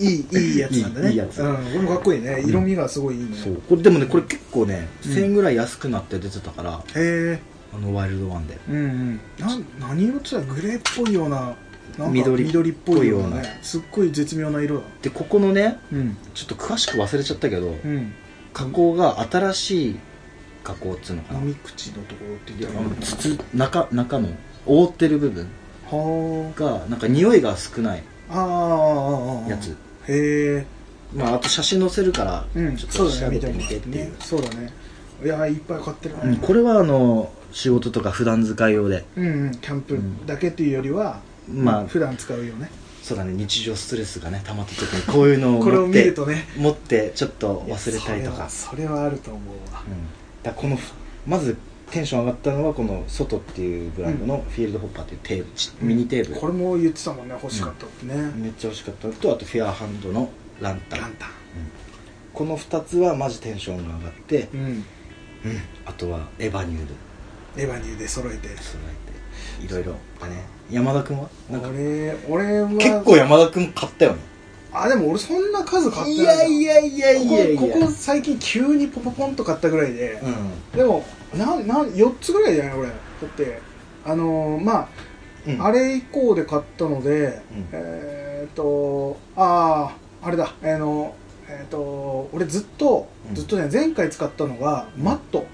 Speaker 1: いいいいやつなんだね
Speaker 2: いいいいやつ
Speaker 1: うん、これもかっこいいね
Speaker 2: うん
Speaker 1: 色味がすごいいいね、
Speaker 2: そうこれでもねこれ結構ね、
Speaker 1: うん
Speaker 2: 1000円ぐらい安くなって出てたから
Speaker 1: へえ
Speaker 2: あのワイルドワンで
Speaker 1: うんうんなん何色って言ったらグレーっぽいようななんか
Speaker 2: 緑
Speaker 1: 緑っぽいような
Speaker 2: ぽいよ
Speaker 1: ねすっごい絶妙な色だ
Speaker 2: でここのね
Speaker 1: うん
Speaker 2: ちょっと詳しく忘れちゃったけど、
Speaker 1: うん
Speaker 2: 加工が新しい加工っつうのかな
Speaker 1: 飲み口のところって
Speaker 2: いや
Speaker 1: 言っ
Speaker 2: あ
Speaker 1: たらいい
Speaker 2: の
Speaker 1: のか
Speaker 2: 筒中中の覆ってる部分
Speaker 1: なは
Speaker 2: がなんか匂いが少ない
Speaker 1: ああああああ
Speaker 2: やつ、
Speaker 1: へえ
Speaker 2: まああと写真載せるから、
Speaker 1: うん
Speaker 2: ちょっ
Speaker 1: そう
Speaker 2: と
Speaker 1: だ
Speaker 2: 調
Speaker 1: ね
Speaker 2: べ
Speaker 1: 見てもら
Speaker 2: てみ
Speaker 1: ってて
Speaker 2: ってい
Speaker 1: ね
Speaker 2: う
Speaker 1: そうだねいやーいっぱい買ってるな
Speaker 2: うん、これはあの仕事とか普段使い用で
Speaker 1: うんうんキャンプだけっていうよりは、
Speaker 2: まあ
Speaker 1: 普段使うよね
Speaker 2: そうだね日常ストレスがね溜まった時にこういうのを
Speaker 1: これを
Speaker 2: 持っ
Speaker 1: 見
Speaker 2: て
Speaker 1: るとね
Speaker 2: 持ってちょっと忘れたりと
Speaker 1: いや
Speaker 2: か、
Speaker 1: それはそれはあると思うわ
Speaker 2: うん、だからこのふまずテンション上がったのはこの「外」っていうブランドのフィールドホッパーっていうテーブちミニテーブル
Speaker 1: これも言ってたもんね欲しかったってね、
Speaker 2: めっちゃ欲しかったのとあとフェアハンドのランタン
Speaker 1: ランタン
Speaker 2: この2つはマジテンションが上がって、
Speaker 1: うん
Speaker 2: うんあとはエヴァニュード
Speaker 1: エヴァニューで揃えて
Speaker 2: 備えていろいろだね山田君はなんか
Speaker 1: 俺俺は
Speaker 2: 結構山田君買ったよね
Speaker 1: あでも俺そんな数買ってない
Speaker 2: やいや
Speaker 1: ここここ最近急にポポポンと買ったぐらいで、
Speaker 2: う
Speaker 1: でもなんなん4つぐらいじゃない俺だってあのーまあ
Speaker 2: ん、うん、
Speaker 1: あれ以降で買ったので、
Speaker 2: うん
Speaker 1: えーっ、と、ああ、あれだ、あの、えーっ、と、俺ずっと
Speaker 2: う、ん
Speaker 1: ずっとね、前回使ったのがマット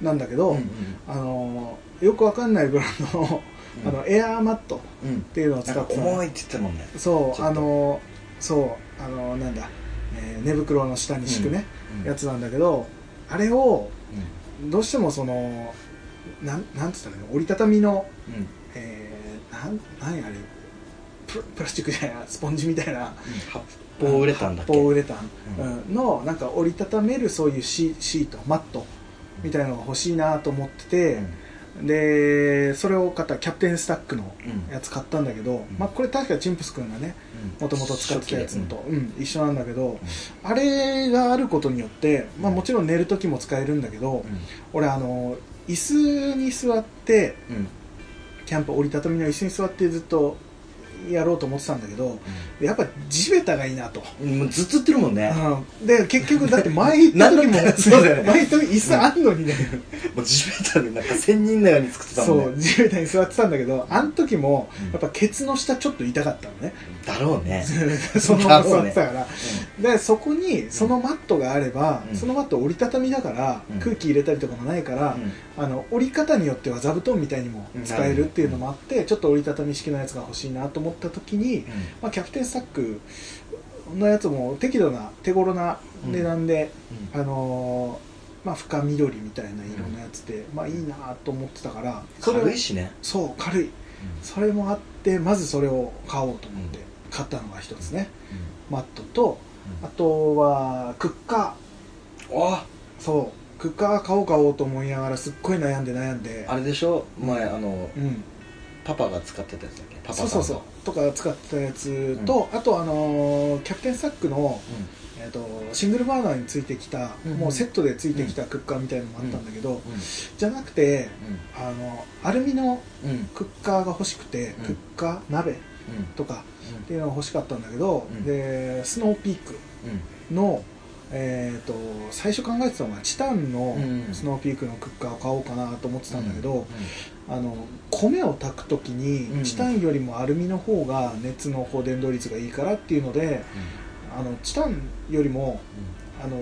Speaker 1: なんだけど、
Speaker 2: うん
Speaker 1: あの、よくわかんないブランドの、
Speaker 2: うん
Speaker 1: あの、エアーマットっ
Speaker 2: うんうん
Speaker 1: ていうのを使
Speaker 2: なん
Speaker 1: っ
Speaker 2: か
Speaker 1: てた
Speaker 2: 重いって言ってたもんね
Speaker 1: そう、
Speaker 2: ちょっと
Speaker 1: あの、そう、あの、なんだ、えー寝袋の下に敷くね、や
Speaker 2: つ、
Speaker 1: つなんだけど、あれを、
Speaker 2: う
Speaker 1: どうしてもその、なん、なんつったらいいの折りたたみの、
Speaker 2: んうん、
Speaker 1: えー、なん何あれププラスチックじゃないなスポンジみたいな
Speaker 2: 発泡ウレタンだっけ
Speaker 1: 発泡ウレタン、
Speaker 2: う
Speaker 1: うんのなんか折りたためるそういうシシートマットみたいのが欲しいなと思ってて、でそれを買ったキャプテンスタックの
Speaker 2: うん
Speaker 1: やつ買ったんだけど、まあ、これ確かチンプス君がねもともと使ってたやつのと、、うん一緒なんだけど、あれがあることによって、まあ、もちろん寝る時も使えるんだけど、
Speaker 2: うん
Speaker 1: 俺あの椅子に座って
Speaker 2: うんうん
Speaker 1: キャンプ折りたたみの椅子に座ってずっとやろうと思ってたんだけどやっぱ地べたがいいなと、
Speaker 2: うんもうずっと言ってるもんね、
Speaker 1: うん、で結局だって前行 った時も
Speaker 2: そうだよね
Speaker 1: 前行った時椅子あんのにね、
Speaker 2: もう地べたでなんか仙人のように作ってたもんね
Speaker 1: そう地べたに座ってたんだけどあの時も
Speaker 2: うん
Speaker 1: やっぱケツの下ちょっと痛かったのね
Speaker 2: だろうね、
Speaker 1: そのまま座ってたから、
Speaker 2: う
Speaker 1: でそこにそのマットがあれば、
Speaker 2: うん
Speaker 1: そのマット折りたたみだから、
Speaker 2: うん
Speaker 1: 空気入れたりとかもないから、あの折り方によっては座布団みたいにも使えるっていうのもあって、ちょっと折りたたみ式のやつが欲しいなと思った時に、まあ、キャプテンスタックのやつも適度な手頃な値段で、あのーまあ、深緑みたいな色のやつで、まあいいなと思ってたからそれを
Speaker 2: 軽いしね、
Speaker 1: そう軽いそれもあってまずそれを買おうと思って買ったのが一つねマットとあとはクッカ
Speaker 2: あ
Speaker 1: ーそうクッカー買おう買おうと思いながらすっごい悩んで悩んで
Speaker 2: あれでしょ前あの
Speaker 1: うん
Speaker 2: パパが使ってたやつだっけパパ
Speaker 1: そうそうそうとか使ってたやつと、あとあのーキャプテンサックの、えー、とシングルバーナーについてきた、
Speaker 2: うん
Speaker 1: もうセットでついてきたクッカーみたいのもあったんだけど、
Speaker 2: う
Speaker 1: じゃなくて
Speaker 2: ん
Speaker 1: あのアルミの
Speaker 2: うんうん
Speaker 1: クッカーが欲しくて、
Speaker 2: うん
Speaker 1: クッカー鍋とかっていうのが欲しかったんだけど、
Speaker 2: うん
Speaker 1: でスノーピークの、えー、と最初考えてたのがチタンの
Speaker 2: うん
Speaker 1: スノーピークのクッカーを買おうかなと思ってたんだけど、あの米を炊く時
Speaker 2: うん
Speaker 1: にチタンよりもアルミの方が熱のこう伝導率がいいからっていうのであのチタンよりもあの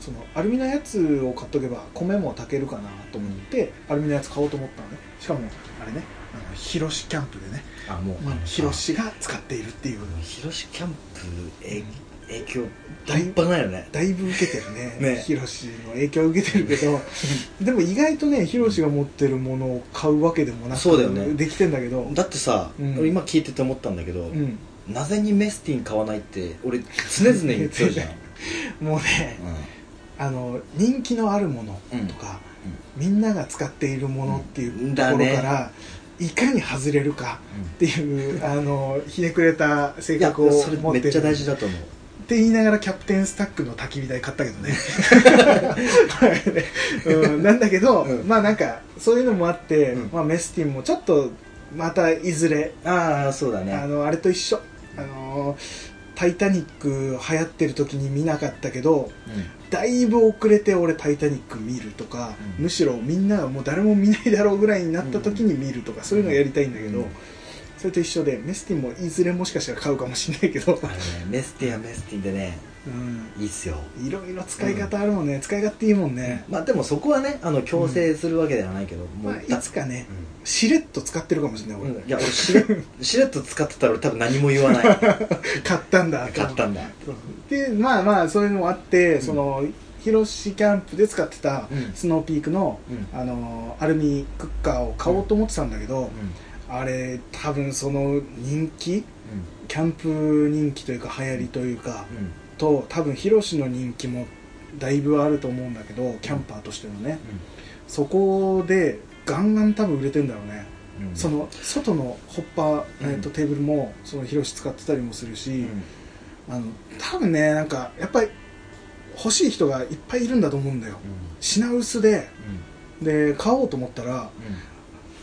Speaker 1: そのアルミのやつを買っとけば米も炊けるかなと思って、アルミのやつ買おうと思ったのねしかもあれねあの広しキャンプでね、
Speaker 2: あもう
Speaker 1: まあ、広しが使っているっていう
Speaker 2: 広しキャンプえ影響大半ないよね
Speaker 1: だいぶ受けてるね
Speaker 2: ね
Speaker 1: ヒロシの影響を受けてるけどでも意外とねヒロシが持ってるものを買うわけでもなく
Speaker 2: そうだよね
Speaker 1: できてんだけど
Speaker 2: だってさ、
Speaker 1: うん
Speaker 2: 俺今聞いてて思ったんだけど、
Speaker 1: うん
Speaker 2: なぜにメスティン買わないって俺常々言ってるじゃん、 うん
Speaker 1: もうねあの人気のあるものとか、みんなが使っているものっていうところから、いかに外れるかっていうあのひねくれた性
Speaker 2: いや
Speaker 1: 格を
Speaker 2: それ
Speaker 1: 持
Speaker 2: め
Speaker 1: って
Speaker 2: っちゃ
Speaker 1: る
Speaker 2: 大事だと思う
Speaker 1: って言いながらキャプテンスタックの焚き火台買ったけど ね、 うん、なんだけど、
Speaker 2: うん
Speaker 1: まあなんかそういうのもあって、
Speaker 2: うん
Speaker 1: まあ、メスティンもちょっとまたいずれ、
Speaker 2: ああそうだね
Speaker 1: あのあれと一緒「あのタイタニック」流行ってる時に見なかったけどだいぶ遅れて俺「タイタニック」見るとか、
Speaker 2: うん
Speaker 1: むしろみんながもう誰も見ないだろうぐらいになった時に見るとか、そういうのやりたいんだけど、
Speaker 2: うん
Speaker 1: それと一緒でメスティンもいずれもしかしたら買うかもしれないけど
Speaker 2: あ、のねメスティンはメスティンでね
Speaker 1: うん、
Speaker 2: いいっすよ
Speaker 1: いろいろ使い方あるもんね、使い勝手いいもんね、
Speaker 2: まあでもそこはねあの強制するわけではないけど、
Speaker 1: ま
Speaker 2: もう
Speaker 1: あ、い
Speaker 2: だ
Speaker 1: つかね
Speaker 2: うん
Speaker 1: しれっと使ってるかもしれない俺、
Speaker 2: うんいや俺し れしれっと使ってたら俺多分何も言わない買
Speaker 1: 買ったんだと
Speaker 2: ったんだ
Speaker 1: でまあまあそういうのもあって、
Speaker 2: ん
Speaker 1: その広しキャンプで使ってた
Speaker 2: うん
Speaker 1: スノーピークの、
Speaker 2: うん
Speaker 1: あのアルミクッカーを買おうと思ってたんだけど、あれ多分その人気キャンプ人気というか流行りというか、
Speaker 2: うんうん
Speaker 1: と多分広しの人気もだいぶあると思うんだけどキャンパーとしてのね、そこでガンガン多分売れてんだろうね、
Speaker 2: うんうん
Speaker 1: その外のホッパー、えー、と
Speaker 2: うん
Speaker 1: テーブルもその広し使ってたりもする
Speaker 2: う
Speaker 1: し、
Speaker 2: ん
Speaker 1: あの多分ねなんかやっぱり欲しい人がいっぱいいるんだと思うんだよ品薄でで買おうと思ったら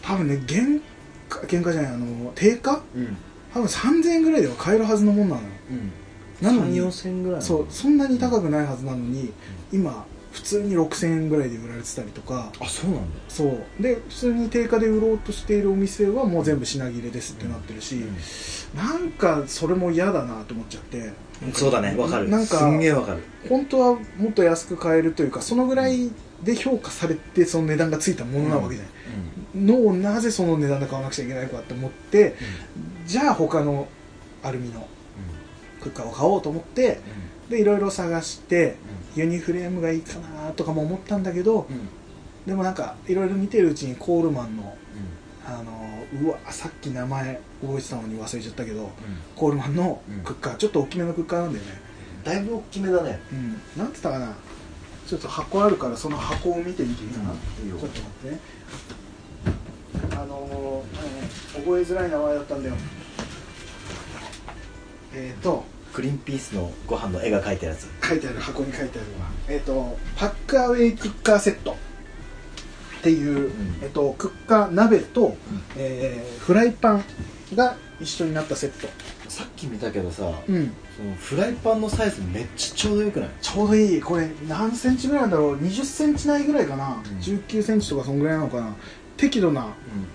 Speaker 1: 多分ね原価原価じゃないあの定価
Speaker 2: うんうん
Speaker 1: 多分3000円ぐらいでは買えるはずのもんなのよ
Speaker 2: うん
Speaker 1: なのに
Speaker 2: 3 4000円ぐらいなの
Speaker 1: そうそんなに高くないはずなのに今普通に6000円ぐらいで売られてたりとか
Speaker 2: あそうなんだ
Speaker 1: そうで普通に定価で売ろうとしているお店はもう全部品切れですってなってるし、なんかそれも嫌だなと思っちゃって
Speaker 2: うんそうだねわかる
Speaker 1: なんか
Speaker 2: すんげえわかる
Speaker 1: 本当はもっと安く買えるというかそのぐらいで評価されてその値段がついたものなわけじゃない、のをなぜその値段で買わなくちゃいけないのかって思ってじゃあ他のアルミのクッカーを買おうと思ってでいろいろ探してユニフレームがいいかなとかも思ったんだけどでもなんかいろいろ見てるうちにコールマンのあのうわさっき名前覚えてたのに忘れちゃったけどコールマンのクッカー、ちょっと大きめのクッカーなんだよね
Speaker 2: だいぶ大きめだね
Speaker 1: うんなんて言ったかなちょっと箱あるからその箱を見てみていいかな、
Speaker 2: うんいいよ
Speaker 1: ちょっと待ってねあのー、なんかね覚えづらい名前だったんだよえっ、ー、と
Speaker 2: グリーンピースのご飯の絵が描いたやつ
Speaker 1: 書いてある箱に書いてあるのはえっ、とパックアウェイクッカーセットっていう、
Speaker 2: ん
Speaker 1: えっとクッカー鍋と、
Speaker 2: ん
Speaker 1: えーフライパンが一緒になったセット、
Speaker 2: さっき見たけどさ
Speaker 1: うん、
Speaker 2: そのフライパンのサイズめっちゃちょうどよくない
Speaker 1: ちょうどいいこれ何センチぐらいなんだろう20センチないぐらいかな、
Speaker 2: うん
Speaker 1: 19センチとかそんぐらいなのかな適度な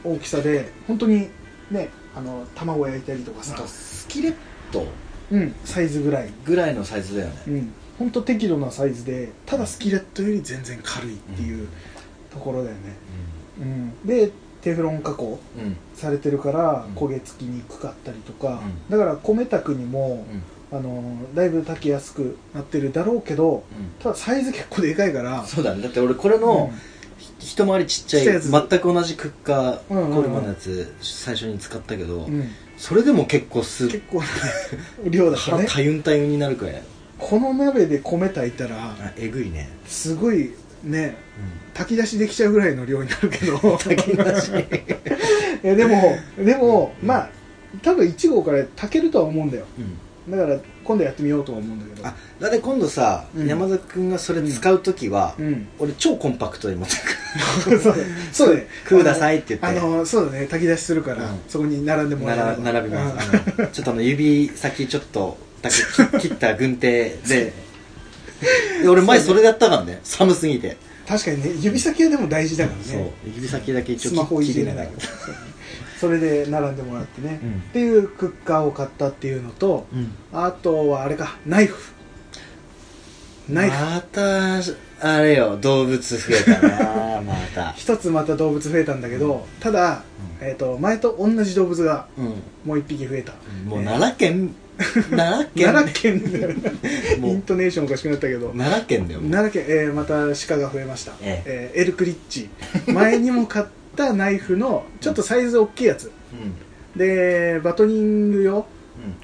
Speaker 1: 大きさで本当にねあの卵焼いたりとか
Speaker 2: なん
Speaker 1: さ
Speaker 2: か、スキレット
Speaker 1: うん、サイズぐらい
Speaker 2: ぐらいのサイズだよね
Speaker 1: うん本当適度なサイズでただスキレットより全然軽いっていうところだよね、うん、でテフロン加工
Speaker 2: うんうん
Speaker 1: されてるから
Speaker 2: うん
Speaker 1: 焦げ付きにくかったりとか、
Speaker 2: うん
Speaker 1: だから米炊くにも、あのーだいぶ炊きやすくなってるだろうけどただサイズ結構でかいから
Speaker 2: そうだねだって俺これの
Speaker 1: うん
Speaker 2: ひ一回りちっちゃい
Speaker 1: ちっちゃいやつ
Speaker 2: 全く同じクッカーコ
Speaker 1: うんうんうん
Speaker 2: ールマンのやつ最初に使ったけど
Speaker 1: うん
Speaker 2: それでも結構す
Speaker 1: 結構ね量だからね
Speaker 2: かゆんたゆんになるくらい
Speaker 1: この鍋で米炊いたら
Speaker 2: あえぐいね
Speaker 1: すごいね炊き出しできちゃうぐらいの量になるけど
Speaker 2: 炊き出し
Speaker 1: いやでもでも、まあ多分1号から炊けるとは思うんだよ
Speaker 2: うん
Speaker 1: だから今度やってみようとは思うんだけど
Speaker 2: あだって今度さ、
Speaker 1: うん
Speaker 2: 山崎君がそれ使う時は、
Speaker 1: うん
Speaker 2: 俺超コンパクトに持ってく
Speaker 1: そうだそうだね
Speaker 2: くくださいって言って
Speaker 1: あのそうだね炊き出しするから、
Speaker 2: うん
Speaker 1: そこに並んでもらえ
Speaker 2: な
Speaker 1: れば
Speaker 2: ら並びます、あのちょっとあの指先ちょっとだけ切切った軍手でで俺前それやったからね寒すぎて、
Speaker 1: 確かにね指先はでも大事だからね
Speaker 2: そう指先だけ一応
Speaker 1: スマホい
Speaker 2: 切
Speaker 1: じ
Speaker 2: 切
Speaker 1: れ
Speaker 2: れ
Speaker 1: な
Speaker 2: ないい
Speaker 1: けどそう それで並んでもらってね、
Speaker 2: う
Speaker 1: っ
Speaker 2: ん
Speaker 1: ていうクッカーを買ったっていうのと
Speaker 2: うん
Speaker 1: あとはあれかナイフナイフ
Speaker 2: またあれよ動物増えたなまた
Speaker 1: 一つまた動物増えたんだけど、ただ、
Speaker 2: う
Speaker 1: えー、と前と同じ動物が
Speaker 2: う
Speaker 1: もう一匹増えた、
Speaker 2: んもう奈良県奈
Speaker 1: えー
Speaker 2: 良県
Speaker 1: 奈良県だよ
Speaker 2: もう
Speaker 1: イントネーションおかしくなったけど
Speaker 2: 奈良県だよもう
Speaker 1: 奈良県、えーまた鹿が増えました、
Speaker 2: え
Speaker 1: えーエルクリッチ前にも買ったナイフ のちょっとサイズ大きいやつ
Speaker 2: うんうん
Speaker 1: でバトニング用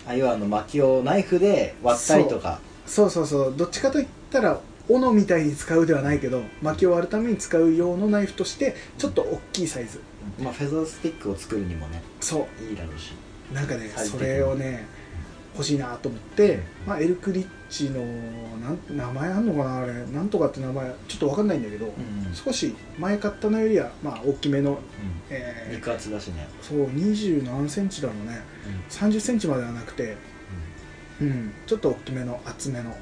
Speaker 2: ああいうあの薪をナイフで割ったりとか
Speaker 1: そうそうそうどっちかといったら斧みたいに使うではないけど薪を割るために使う用のナイフとしてちょっと大きいサイズ
Speaker 2: まあ、フェザースティックを作るにもね
Speaker 1: そ
Speaker 2: いいだろうし
Speaker 1: うなんかね
Speaker 2: サイズ
Speaker 1: そ
Speaker 2: 的に
Speaker 1: れをね欲しいなと思って、まあ、エルクリッチのなん名前あんのかなあれなんとかって名前ちょっと分かんないんだけど、
Speaker 2: ん
Speaker 1: 少し前買ったのよりは、まあ、大きめの、え
Speaker 2: 肉厚だしね、
Speaker 1: ーそう20何センチだろうね3 0センチまではなくて、うん、ちょっと大きめの厚めの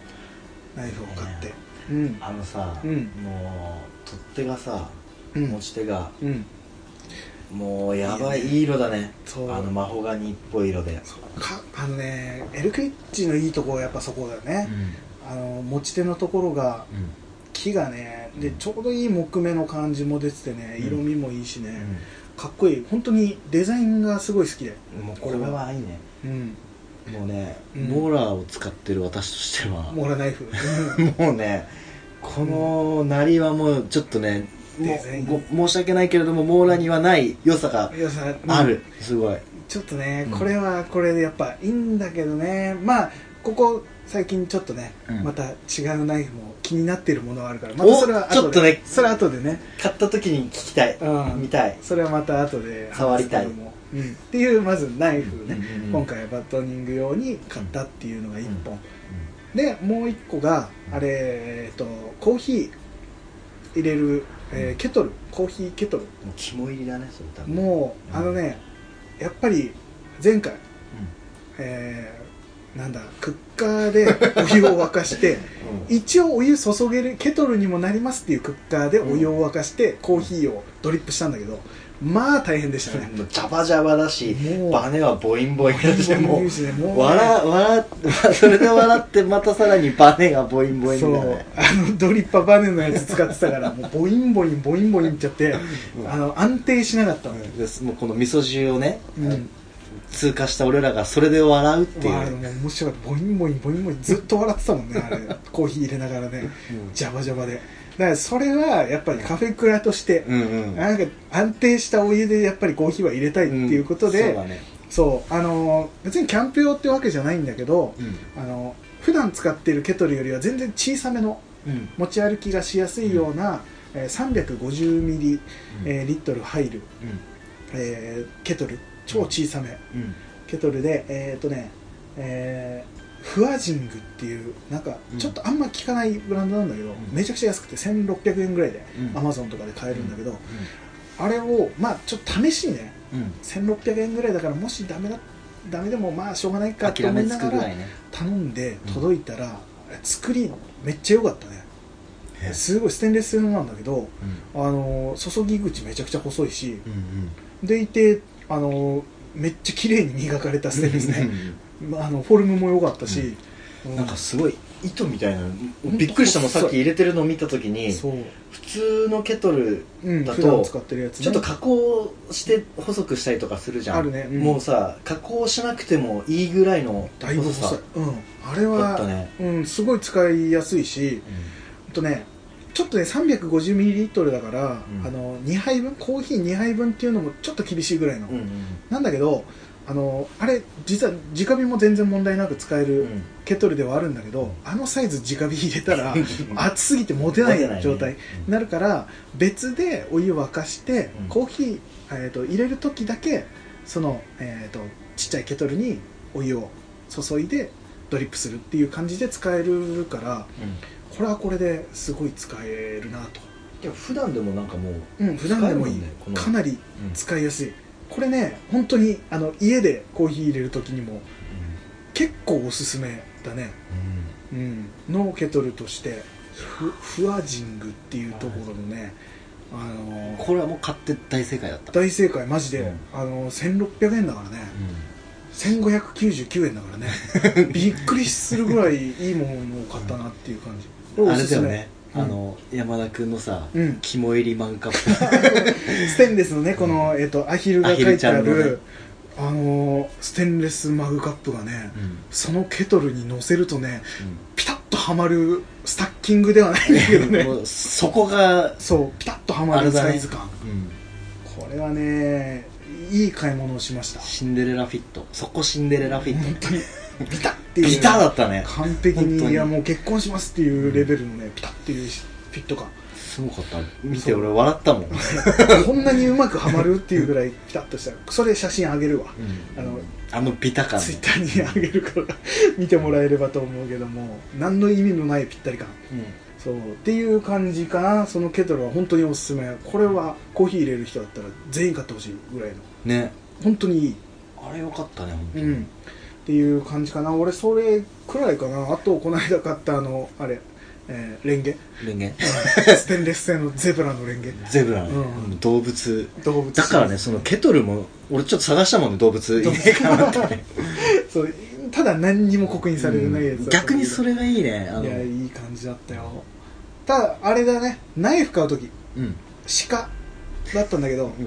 Speaker 1: ナイフを買って、うん
Speaker 2: あのさ、
Speaker 1: うん
Speaker 2: もう取っ手がさ
Speaker 1: うん
Speaker 2: 持ち手が
Speaker 1: うん、
Speaker 2: もうやばいいい,、色だね
Speaker 1: そう
Speaker 2: あのマホガニっぽい色で
Speaker 1: かあのねエルクリッチのいいとこはやっぱそこだよね、あの持ち手のところが木がねでちょうどいい木目の感じも出ててね
Speaker 2: うん
Speaker 1: 色味もいいしね、かっこいい本当にデザインがすごい好きで
Speaker 2: うんもうこれはいいね
Speaker 1: うん
Speaker 2: もうね、
Speaker 1: うん
Speaker 2: モーラーを使ってる私としてはも
Speaker 1: モーラナイ フ
Speaker 2: うねこのなりはもうちょっとねも
Speaker 1: デザイン
Speaker 2: うご申し訳ないけれどもモーラーにはない良さが
Speaker 1: いやさ
Speaker 2: ある、すごい
Speaker 1: ちょっとね
Speaker 2: うん
Speaker 1: これはこれでやっぱいいんだけどねまあここ最近ちょっとね、
Speaker 2: うん
Speaker 1: また違うナイフも気になってるものがあるからまたそれは後で
Speaker 2: おちょっとね
Speaker 1: それは後でね
Speaker 2: 買った時に聞きたい、
Speaker 1: うん
Speaker 2: 見たい
Speaker 1: それはまた後で
Speaker 2: 触りたい
Speaker 1: 話すけどもうん、っていうまずナイフね、
Speaker 2: うんうんうん
Speaker 1: 今回バットニング用に買ったっていうのが1本、でもう1個があれ、えっとコーヒー入れる、えーケトルコーヒーケトル
Speaker 2: もう肝入りだねそれ多分
Speaker 1: もう
Speaker 2: うん
Speaker 1: あのねやっぱり前回えーなんだクッカーでお湯を沸かして 一応お湯注げるケトルにもなりますっていうクッカーでお湯を沸かしてコーヒーをドリップしたんだけどまあ大変でした ね
Speaker 2: もうジャバジャバだし
Speaker 1: もう
Speaker 2: バネはボインボインだしも
Speaker 1: いいしねもう
Speaker 2: う笑笑 っそれで笑ってまたさらにバネがボインボイン
Speaker 1: そ
Speaker 2: だ
Speaker 1: う
Speaker 2: ね
Speaker 1: あのドリッパバネのやつ使ってた からもうボインボインボインボインいっちゃって
Speaker 2: うん
Speaker 1: あの安定しなかったのよ、
Speaker 2: でもうこの味噌汁をね、
Speaker 1: うん
Speaker 2: 通過した俺らがそれで笑うってい
Speaker 1: わあ
Speaker 2: う
Speaker 1: もう面白いボインボインボインボインずっと笑ってたもんねあれコーヒー入れながらね
Speaker 2: うん
Speaker 1: ジャバジャバでだからそれはやっぱりカフェクラとして、
Speaker 2: うんうん
Speaker 1: なんか安定したお湯でやっぱりコーヒーは入れたいっていうことで、
Speaker 2: んそうだね
Speaker 1: そうあのー別にキャンプ用ってわけじゃないんだけど、あの普段使ってるケトルよりは全然小さめの
Speaker 2: うん
Speaker 1: 持ち歩きがしやすいような、えー、350ミリ、えーリットル入る、えーケトル超小さめ
Speaker 2: うん
Speaker 1: ケトルでえーっ、とね、えーフワジングっていうなんか
Speaker 2: うん
Speaker 1: ちょっとあんま聞かないブランドなんだけど、
Speaker 2: ん
Speaker 1: めちゃくちゃ安くて1600円ぐらいで、
Speaker 2: うん
Speaker 1: アマゾンとかで買えるんだけど、あれをまあちょっと試しにね
Speaker 2: うんうん
Speaker 1: 1600円ぐらいだからもしダメだダメでもまあしょうがないかと
Speaker 2: 諦
Speaker 1: 思
Speaker 2: め
Speaker 1: い
Speaker 2: つ
Speaker 1: な
Speaker 2: く
Speaker 1: が
Speaker 2: ぐ
Speaker 1: ら
Speaker 2: らいね
Speaker 1: 頼んで
Speaker 2: うん
Speaker 1: 届いたら、作りめっちゃ良かったね
Speaker 2: へ
Speaker 1: すごいステンレス製のなんだけど
Speaker 2: うん
Speaker 1: あの注ぎ口めちゃくちゃ細いし
Speaker 2: うん
Speaker 1: でいてあのめっちゃ綺麗に磨かれたステンレス ね
Speaker 2: うん
Speaker 1: まああのフォルムも良かったし、う
Speaker 2: なんかすごい糸みたいな
Speaker 1: 当
Speaker 2: びっくりしたもんさっき入れてるのを見た時に
Speaker 1: そう、
Speaker 2: 普通のケトル
Speaker 1: うん、
Speaker 2: だと
Speaker 1: 普段使ってるやつ、ね、
Speaker 2: ちょっと加工して細くしたりとかするじゃん
Speaker 1: あるね、ん
Speaker 2: もうさ加工しなくてもいいぐらいの
Speaker 1: だいぶ
Speaker 2: 細
Speaker 1: 細い
Speaker 2: さ、
Speaker 1: うん、あれ
Speaker 2: だ
Speaker 1: は
Speaker 2: ったね
Speaker 1: うん、すごい使いやすいしあとねちょっとね 350ml だから、
Speaker 2: うん
Speaker 1: あの2杯分コーヒー2杯分っていうのもちょっと厳しいぐらいの、
Speaker 2: うんうん
Speaker 1: なんだけどあのあれ実は直火も全然問題なく使えるケトルではあるんだけど、あのサイズ直火入れ たら熱すぎて持てな
Speaker 2: 持てない
Speaker 1: い
Speaker 2: ね
Speaker 1: 状態になるから別でお湯沸かして、
Speaker 2: うん
Speaker 1: コーヒー、えー、と入れる時だけその、えー、とちっちゃいケトルにお湯を注いでドリップするっていう感じで使えるからこれはこれですごい使えるなと、
Speaker 2: でも普段でもなんかもう、
Speaker 1: うん、普段でもいい、
Speaker 2: 使えるもんねこの
Speaker 1: かなり使いやすいこれね本当にあの家でコーヒー入れる時にも結構おすすめだね、うん、のケトルとしてフフワジングっていうところのね、あのー
Speaker 2: これはもう買って大正解だった、
Speaker 1: 大正解マジで、
Speaker 2: うん
Speaker 1: あのー1600円だからね1599円だ からねびっくりするぐらいいいものを買ったなっていう感じこ
Speaker 2: あ
Speaker 1: お
Speaker 2: れ
Speaker 1: す
Speaker 2: だ
Speaker 1: す
Speaker 2: よ
Speaker 1: め
Speaker 2: ね、
Speaker 1: うん
Speaker 2: あの山田君のさ、
Speaker 1: うん
Speaker 2: 肝入りマグカップ
Speaker 1: ステンレスのねこの、えっとアヒルが書いてあ
Speaker 2: アヒルちゃんのね
Speaker 1: る、あのーステンレスマグカップがね、
Speaker 2: うん
Speaker 1: そのケトルに乗せるとねピタッとはまるスタッキングではないんだけど ね
Speaker 2: もうそこが、
Speaker 1: そうピタッとはま
Speaker 2: あ
Speaker 1: る
Speaker 2: れだね
Speaker 1: サイズ感、これはねいい買い物をしました
Speaker 2: シンデレラフィットそこシンデレラフィット、
Speaker 1: 本当にピタッっていう
Speaker 2: ビタだったね
Speaker 1: 完璧
Speaker 2: 本当
Speaker 1: に
Speaker 2: に
Speaker 1: いやもう結婚しますっていうレベルのねピタッっていうフィット感
Speaker 2: すごかった見て俺笑ったもん、
Speaker 1: こんなにうまくはまるっていうぐ らいピタッとしたそれ写真あげるわあの
Speaker 2: あのビタ感
Speaker 1: ツイッターにあげるから 見てもらえればと思うけども何の意味のないぴったり感そうっていう感じかなそのケトルは本当におすすめこれはコーヒー入れる人だったら全員買ってほしいぐらいの
Speaker 2: ね
Speaker 1: 本当にいい
Speaker 2: あれよかったね本当
Speaker 1: う
Speaker 2: に、
Speaker 1: んっていう感じかな俺それくらいかなあとこの間買ったあのあれ、えーレンゲ
Speaker 2: レンゲ
Speaker 1: ステンレス製のゼブラのレンゲ
Speaker 2: ゼブラね、
Speaker 1: うん
Speaker 2: 動物
Speaker 1: 動物
Speaker 2: だからねそのケトルも俺ちょっと探したもんね動物いねえかなってね
Speaker 1: そうただ何にも刻印されてないやつ、
Speaker 2: うん逆にそれがいいねあの
Speaker 1: いやいい感じだったよただあれだねナイフ買う時
Speaker 2: うん
Speaker 1: 鹿だったんだけど、
Speaker 2: うん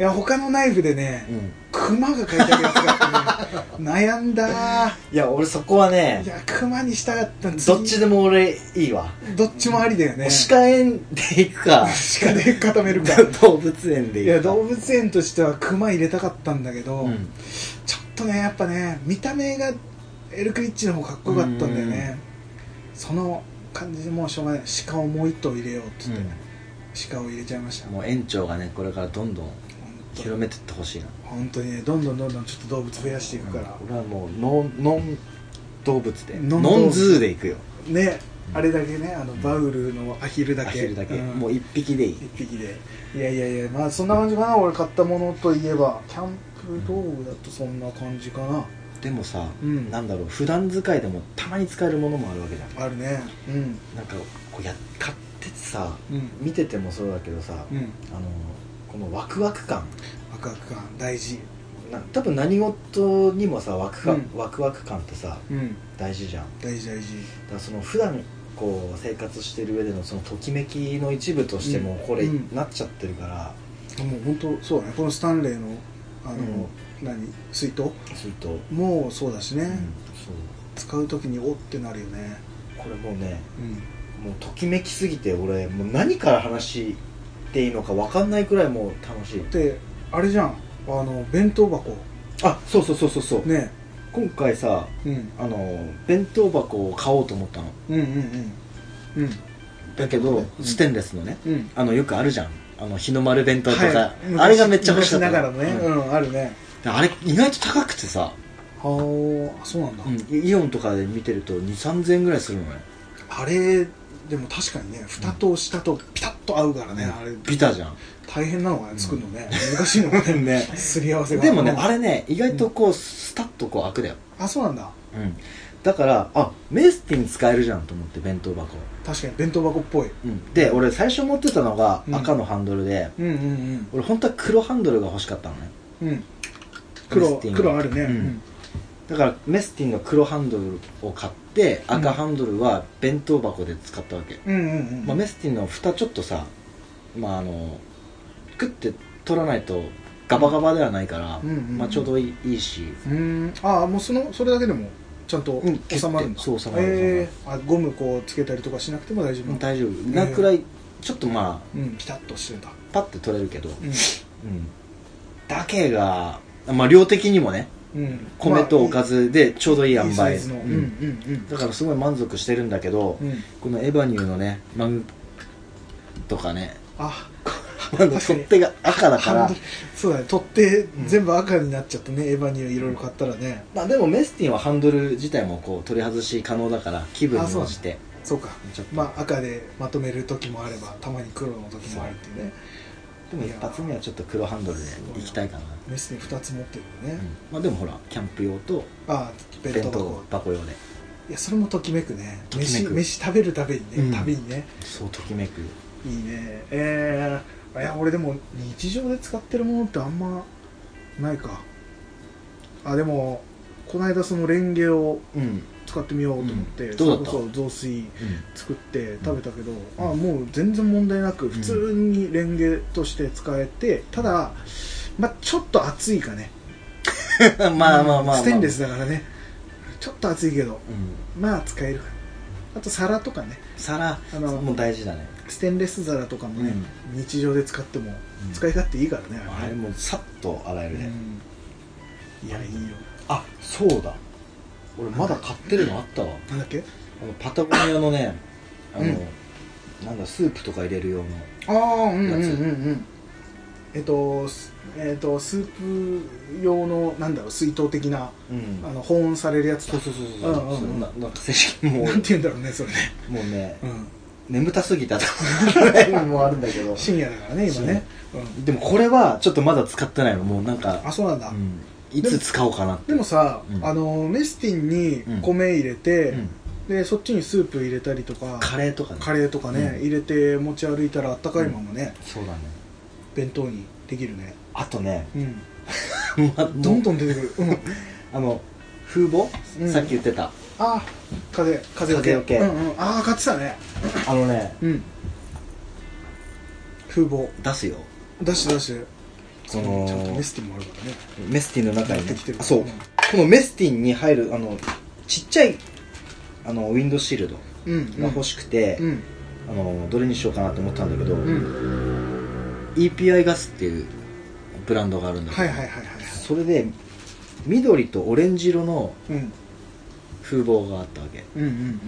Speaker 1: いや他のナイフでね、
Speaker 2: うん
Speaker 1: 熊が書いてあるやつがあってね 悩ん だ
Speaker 2: いや俺そこは
Speaker 1: ーい
Speaker 2: ね
Speaker 1: や熊にしたかった
Speaker 2: どっちで
Speaker 1: も
Speaker 2: も俺いいわ、
Speaker 1: どっちもありだよね
Speaker 2: 鹿園で行くか
Speaker 1: 鹿で固める か
Speaker 2: 動物園で
Speaker 1: い
Speaker 2: 行
Speaker 1: や
Speaker 2: くか
Speaker 1: 動物園としては熊入れたかったんだけど、
Speaker 2: うん
Speaker 1: ちょっとねやっぱね見た目がエルクリッチの方かっこよかったんだよねその感じでもうしょうがない鹿をもう一頭入れようっつって、鹿を入れちゃいました
Speaker 2: うんもう園長がねこれからどんどん広めてってほしいな
Speaker 1: 本当にねどんどんどんどんちょっと動物増やしていくから、
Speaker 2: 俺はもうノンノン動物で
Speaker 1: ノン
Speaker 2: ノン
Speaker 1: 動物
Speaker 2: ズーで行くよ
Speaker 1: ねあれだけねあのバウルのアヒルだ
Speaker 2: ア
Speaker 1: け
Speaker 2: ヒルだけ、
Speaker 1: うん
Speaker 2: もう一匹でいい
Speaker 1: 一匹でいやいやいやまあそんな感じかな俺買ったものといえばキャンプ道具だとそんな感じかな
Speaker 2: でもさ、
Speaker 1: うん
Speaker 2: なんだろう普段使いでもたまに使えるものもあるわけじゃん
Speaker 1: あるねうん
Speaker 2: なんかこうや買っててさ
Speaker 1: うん
Speaker 2: 見ててもそうだけどさ、
Speaker 1: うん
Speaker 2: あのこのワクワク感
Speaker 1: ワクワク感大事
Speaker 2: な多分何事にもさワク,、
Speaker 1: うん
Speaker 2: ワクワク感ってさ
Speaker 1: うん
Speaker 2: 大事じゃんだ
Speaker 1: 大事大事
Speaker 2: からその普段こう生活してる上でのそのときめきの一部としても
Speaker 1: うん
Speaker 2: これ、
Speaker 1: うん
Speaker 2: なっちゃってるから
Speaker 1: もう本当そうだねこのスタンレーのあの、
Speaker 2: うん
Speaker 1: 何水筒
Speaker 2: すると、
Speaker 1: もうそうだしね、
Speaker 2: うんそう
Speaker 1: 使う時におってなるよね
Speaker 2: これもうね
Speaker 1: うん
Speaker 2: もうときめきすぎて俺もう何から話していいのか分かんないくらいもう楽しい
Speaker 1: であれじゃんあの弁当箱
Speaker 2: あそうそうそうそうそう、
Speaker 1: ね
Speaker 2: 今回さ
Speaker 1: うん
Speaker 2: あの弁当箱を買おうと思ったの
Speaker 1: うんうんうん
Speaker 2: だけど、ステンレスのね
Speaker 1: うんうん
Speaker 2: あのよくあるじゃんあの日の丸弁当とか、
Speaker 1: はい
Speaker 2: あれがめっちゃ欲しかった
Speaker 1: 昔ながらのね
Speaker 2: うん
Speaker 1: うんあるね
Speaker 2: であれ意外と高くてさ、
Speaker 1: はあそうなんだ、
Speaker 2: イオンとかで見てると2 3 0円ぐらいするのね
Speaker 1: あれでも確かにね蓋と下とピタッと合うからね、あれ
Speaker 2: ビタじゃん
Speaker 1: 大変なのがね作るのね、難しいのがね
Speaker 2: ね
Speaker 1: すり合わせが
Speaker 2: でもね
Speaker 1: うん
Speaker 2: あれね意外とこう、スタッとこう開くだよ、
Speaker 1: あそうなんだ
Speaker 2: うん、だからあメースティン使えるじゃんと思って弁当箱、
Speaker 1: 確かに弁当箱っぽい
Speaker 2: うん、で俺最初持ってたのが
Speaker 1: うん
Speaker 2: 赤のハンドルで、
Speaker 1: うんうん
Speaker 2: 俺本当は黒ハンドルが欲しかったのね
Speaker 1: うんうん
Speaker 2: メ
Speaker 1: 黒
Speaker 2: スティン
Speaker 1: 黒あるね、
Speaker 2: う
Speaker 1: うんん
Speaker 2: だからメスティンの黒ハンドルを買って赤ハンドルは弁当箱で使ったわけ、
Speaker 1: うん、うんうん
Speaker 2: まあ、メスティンの蓋ちょっとさまああのクッて取らないとガバガバではないから、
Speaker 1: うんうんうん
Speaker 2: まあ、ちょうどいいいいし
Speaker 1: うんああもうそのそれだけでもちゃんと
Speaker 2: うん
Speaker 1: 収まるんだ、
Speaker 2: そう収まる
Speaker 1: えーあゴムこうつけたりとかしなくても大丈夫
Speaker 2: もう
Speaker 1: なんだ
Speaker 2: 大丈夫なくらいちょっとまあ
Speaker 1: うんピタッとしてんだ
Speaker 2: パッて取れるけど、
Speaker 1: うん
Speaker 2: うんだけが、まあ、量的にもね
Speaker 1: うん
Speaker 2: 米とおかずでちょうどいい塩
Speaker 1: いいサ
Speaker 2: 梅
Speaker 1: イズのうん
Speaker 2: う
Speaker 1: うん
Speaker 2: んだからすごい満足してるんだけど、
Speaker 1: うんうん
Speaker 2: このエヴァニューのねマンとかね
Speaker 1: あ
Speaker 2: あの取っ手が赤だか
Speaker 1: ハン
Speaker 2: ら
Speaker 1: ドルそうだね取って
Speaker 2: ん
Speaker 1: 全部赤になっちゃったね、エヴァニューいろいろ買ったらね
Speaker 2: まあでもメスティンはハンドル自体もこう取り外し可能だから気分に応じて
Speaker 1: そうか
Speaker 2: ちょっと、
Speaker 1: まあ赤でまとめる時もあればたまに黒の時もあるっていうね
Speaker 2: でも一発目はちょっと黒ハンドルで行きたいかな、
Speaker 1: メスに2つ持ってるの
Speaker 2: うん
Speaker 1: ね、
Speaker 2: まあでもほらキャンプ用と
Speaker 1: ああ弁
Speaker 2: 弁
Speaker 1: 当
Speaker 2: 当
Speaker 1: 箱
Speaker 2: 箱用で
Speaker 1: いやそれもときめくね
Speaker 2: ときめく
Speaker 1: 飯飯食べるたびにね、
Speaker 2: うん
Speaker 1: 旅にね
Speaker 2: そうときめく
Speaker 1: いいねえー、いや俺でも日常で使ってるものってあんまないかあでもこの間そのレンゲを
Speaker 2: うん
Speaker 1: 使ってみようと思って、
Speaker 2: うんどうだった
Speaker 1: それこそ雑炊作って食べたけど、
Speaker 2: ん
Speaker 1: あもう全然問題なく普通にレンゲとして使えて、ただ、まあ、ちょっと熱いかね
Speaker 2: まあまあまあ、まあ、
Speaker 1: ステンレ
Speaker 2: う
Speaker 1: スだからねちょっと熱いけど
Speaker 2: ん
Speaker 1: まあ使えるかなあと皿とかね
Speaker 2: 皿
Speaker 1: あの
Speaker 2: もう大事だね
Speaker 1: ステンレス皿とかもね、日常で使っても
Speaker 2: うん
Speaker 1: 使い勝手いいからね、
Speaker 2: あれもうさっと洗え
Speaker 1: う
Speaker 2: るね、
Speaker 1: んいやいいよ
Speaker 2: あそうだ俺まだ買ってるのあったわ
Speaker 1: なんだっけ
Speaker 2: あのパタゴニアのねあの、
Speaker 1: うん
Speaker 2: なんだスープとか入れる用の
Speaker 1: ああうん
Speaker 2: うんうんうん
Speaker 1: んえっとすえっとスープ用のなんだろう水筒的な
Speaker 2: うん
Speaker 1: あの保温されるやつだ
Speaker 2: そうそうそうそう
Speaker 1: うんうんうん
Speaker 2: そんななんか正式にもう
Speaker 1: なんて言うんだろうねそれね、
Speaker 2: もうね
Speaker 1: うん、
Speaker 2: 眠たすぎたとかもうあるんだけ ど
Speaker 1: 深夜だからね今ねう
Speaker 2: でもこれはちょっとまだ使ってないのもうなん
Speaker 1: んあ
Speaker 2: か、
Speaker 1: そうなんだ、
Speaker 2: うん、いつ使おうかなって
Speaker 1: でもさ、
Speaker 2: うん
Speaker 1: あのメスティンに米入れて、
Speaker 2: うん
Speaker 1: でそっちにスープ入れたりとか
Speaker 2: カレーとかね
Speaker 1: カレーとかね、
Speaker 2: うん
Speaker 1: 入れて持ち歩いたらあったかいままね、
Speaker 2: そうだね
Speaker 1: 弁当にできるね
Speaker 2: あとね、
Speaker 1: うん
Speaker 2: ま、
Speaker 1: どん
Speaker 2: ん
Speaker 1: どん出てくる、うん、
Speaker 2: あの風貌、
Speaker 1: うん
Speaker 2: さっき言ってた
Speaker 1: あ風風よけ
Speaker 2: 風よけ
Speaker 1: うんうん、ああ買ってたね
Speaker 2: あのね
Speaker 1: うん風貌
Speaker 2: 出すよ
Speaker 1: 出して出して
Speaker 2: この
Speaker 1: ちゃんとメスティンもあるからね
Speaker 2: メスティンの中に
Speaker 1: な
Speaker 2: ね
Speaker 1: ってきてる
Speaker 2: あそうこのメスティンに入るあのちっちゃいあのウィンドシールド
Speaker 1: うんうん
Speaker 2: が欲しくて、
Speaker 1: うん
Speaker 2: あのどれにしようかなと思ったんだけど、
Speaker 1: うん
Speaker 2: EPI ガスっていうブランドがあるんだけど、
Speaker 1: はいはいはいはい
Speaker 2: それで緑とオレンジ色の
Speaker 1: うんうん
Speaker 2: 風貌があったわけ
Speaker 1: うん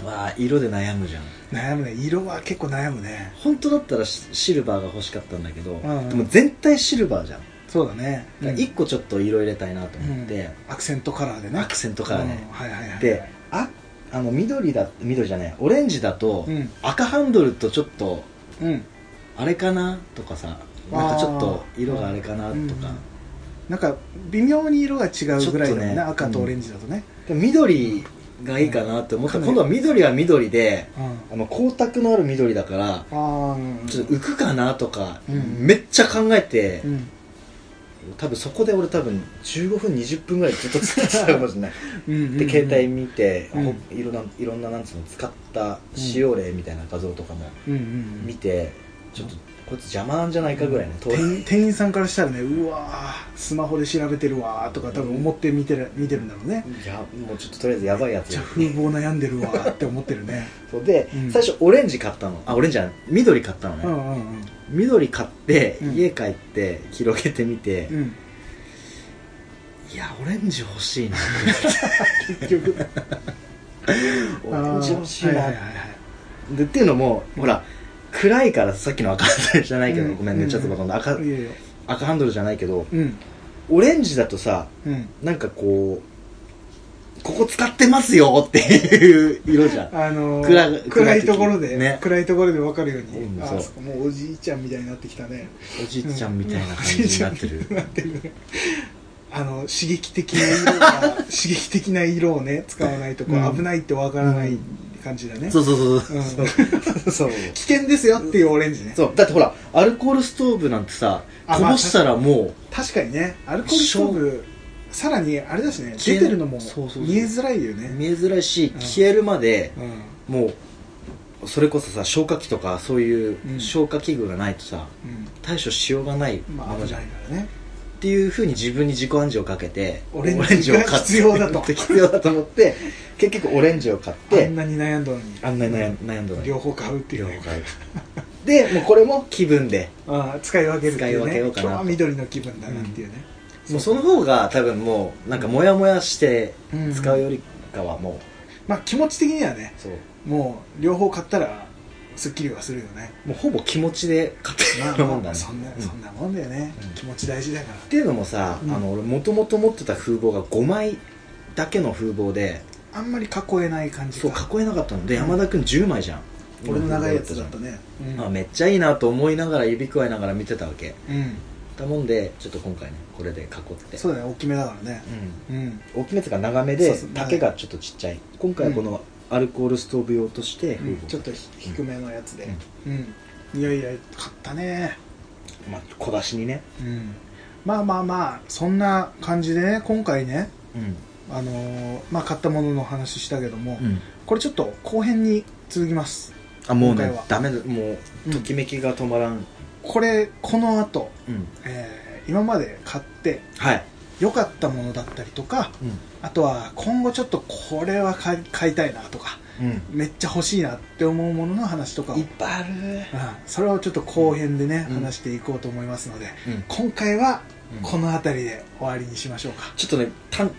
Speaker 1: うん
Speaker 2: わあ色で悩むじゃん
Speaker 1: 悩むね色は結構悩むね
Speaker 2: 本当だったらシシルバーが欲しかったんだけど、
Speaker 1: んうん
Speaker 2: でも全体シルバーじゃん、
Speaker 1: そうだね
Speaker 2: だから1個ちょっと色入れたいなと思って、
Speaker 1: アクセントカラーでね
Speaker 2: アクセントカラーね
Speaker 1: うんはいはいはい
Speaker 2: でああの緑だ緑じゃないオレンジだと、
Speaker 1: うん
Speaker 2: 赤ハンドルとちょっと
Speaker 1: うん
Speaker 2: あれかなとかさなんかちょっと色があれかなと
Speaker 1: うん
Speaker 2: か、
Speaker 1: なんか微妙に色が違うぐらいだもんね
Speaker 2: ちょっとね
Speaker 1: 赤とオレンジだとね
Speaker 2: でも緑がいいかなって思ったら、
Speaker 1: うん
Speaker 2: 今度は緑は緑で
Speaker 1: うん
Speaker 2: あの光沢のある緑だから
Speaker 1: ああうん
Speaker 2: ちょっと浮くかなとか、
Speaker 1: うん
Speaker 2: めっちゃ考えて、
Speaker 1: うん
Speaker 2: 多分そこで俺多分15分20分ぐらいずっと使ってたかもし れないで携帯見て、
Speaker 1: うん
Speaker 2: ほいろんないろんななんつうの使った使用例みたいな画像とかも
Speaker 1: うんうん
Speaker 2: 見て、ちょっとこいつ邪魔なんじゃないかぐらいの、遠い
Speaker 1: 店員店員さんからしたらねうわースマホで調べてるわーとか多分思って見てる見てるんだろうね
Speaker 2: いやもうちょっととりあえずやばいやつ
Speaker 1: じゃあ風貌悩んでるわーって思って るね
Speaker 2: そうで、
Speaker 1: うん
Speaker 2: 最初オレンジ買ったのあオレンジじゃない緑買ったのね、
Speaker 1: うんうんうん
Speaker 2: 緑買って
Speaker 1: うん
Speaker 2: 家帰って広げてみて、
Speaker 1: うん
Speaker 2: いやオレンジ欲しいな
Speaker 1: 結局
Speaker 2: オレンジ欲しい
Speaker 1: あー
Speaker 2: な、
Speaker 1: はいはいはいはい
Speaker 2: でっていうのもほら暗いからさっきの赤ハンドルじゃないけど、
Speaker 1: うん
Speaker 2: ごめん
Speaker 1: う
Speaker 2: ね
Speaker 1: ん
Speaker 2: ちょっとこの赤,、
Speaker 1: いやいや
Speaker 2: 赤ハンドルじゃないけど
Speaker 1: うん
Speaker 2: オレンジだとさ
Speaker 1: うん
Speaker 2: なんかこうここ使ってますよっていう色じゃん
Speaker 1: あのー
Speaker 2: 暗い
Speaker 1: 暗いところで、
Speaker 2: ね
Speaker 1: 暗いところで分かるように、
Speaker 2: うん
Speaker 1: あ
Speaker 2: そう
Speaker 1: そこもうおじいちゃんみたいになってきたね
Speaker 2: おじいちゃんみたいな感じになってる、
Speaker 1: なってるねあの刺激的な色が刺 激的な色をね使わないとこ
Speaker 2: うん
Speaker 1: う危ないって分からない感じだね、
Speaker 2: そうそうそうそう、そう
Speaker 1: 危険ですよっていうオレンジね
Speaker 2: そうだってほらアルコールストーブなんてさ
Speaker 1: あ
Speaker 2: こぼしたらも
Speaker 1: 確かにねアルコールストーブさらにあれだしね
Speaker 2: 消
Speaker 1: 出
Speaker 2: えない
Speaker 1: てるのも
Speaker 2: そうそうそう
Speaker 1: 見えづらいよ
Speaker 2: う
Speaker 1: ね
Speaker 2: 見えづらいし
Speaker 1: うん
Speaker 2: 消えるまで
Speaker 1: うん
Speaker 2: もうそれこそさ消火器とかそう
Speaker 1: う
Speaker 2: いうん消火器具がないとさ対処しようがない
Speaker 1: うん
Speaker 2: も
Speaker 1: まあ
Speaker 2: の
Speaker 1: 危
Speaker 2: じゃ
Speaker 1: なんいからね
Speaker 2: っていうふうに自分に自己暗示をかけて
Speaker 1: オレンジが必要だと
Speaker 2: オレンジを買って必要だと思って結局オレンジを買っ
Speaker 1: あ
Speaker 2: て
Speaker 1: んなに悩んだのに
Speaker 2: あんなに悩ん悩んだのに
Speaker 1: 両方買うっていうね
Speaker 2: 買うでもうこれも気分で
Speaker 1: ああ使い分けるっていう
Speaker 2: 使い分けよ
Speaker 1: ね
Speaker 2: うかな
Speaker 1: 今日は緑の気分だなっていうね、
Speaker 2: もうその方が多分もうなんかモヤモヤして
Speaker 1: うん
Speaker 2: 使うよりかはも
Speaker 1: まあ気持ち的にはね
Speaker 2: うそう
Speaker 1: もう両方買ったらすっきりはするよね
Speaker 2: もうほぼ気持ちで買って
Speaker 1: ま
Speaker 2: る
Speaker 1: あ
Speaker 2: ようなもん
Speaker 1: ま
Speaker 2: だ
Speaker 1: あ
Speaker 2: ね
Speaker 1: そんな
Speaker 2: うん
Speaker 1: そんなもんだよね、
Speaker 2: うん
Speaker 1: 気持ち大事だか
Speaker 2: っていうのもさ、
Speaker 1: うん
Speaker 2: あの俺もともと持ってた風貌が5枚だけの風貌で
Speaker 1: らあんまり囲えない感じ
Speaker 2: そう
Speaker 1: か
Speaker 2: 囲えなかったので、
Speaker 1: うん
Speaker 2: 山田君10枚じゃん
Speaker 1: 俺の長いやつだったねうん、
Speaker 2: あめっちゃいいなと思いながら指くわえながら見てたわけ
Speaker 1: うん
Speaker 2: だもんでちょっと今回ねこれで囲って
Speaker 1: そうだね大きめだからねうん
Speaker 2: うん、大きめつが長め
Speaker 1: そ
Speaker 2: で
Speaker 1: うそう
Speaker 2: 丈がちょっとちっちゃい今回はこのアルコールストーブ用として風貌、
Speaker 1: ちょっとひ低めのやつでうん、いやいや買ったね
Speaker 2: まあ、小出しにね、
Speaker 1: うんまあまあまあそんな感じでね今回ねあのーまあ買ったものの話したけども、
Speaker 2: うん
Speaker 1: これちょっと後編に続きます
Speaker 2: あもう
Speaker 1: 今回
Speaker 2: ね
Speaker 1: は
Speaker 2: ダメだもうときめきが止まらん、
Speaker 1: これこの後、
Speaker 2: うん
Speaker 1: えー今まで買って
Speaker 2: はい、
Speaker 1: 良かったものだったりとかあとは今後ちょっとこれは買い買いたいなとかめっちゃ欲しいなって思うものの話とかを、
Speaker 2: いうっ
Speaker 1: ん、
Speaker 2: ぱいある、
Speaker 1: それをちょっと後編でね、
Speaker 2: うん
Speaker 1: 話していこうと思いますので
Speaker 2: うん
Speaker 1: 今回は
Speaker 2: うん
Speaker 1: この辺りで終わりにしましょうか、
Speaker 2: ちょっとねたん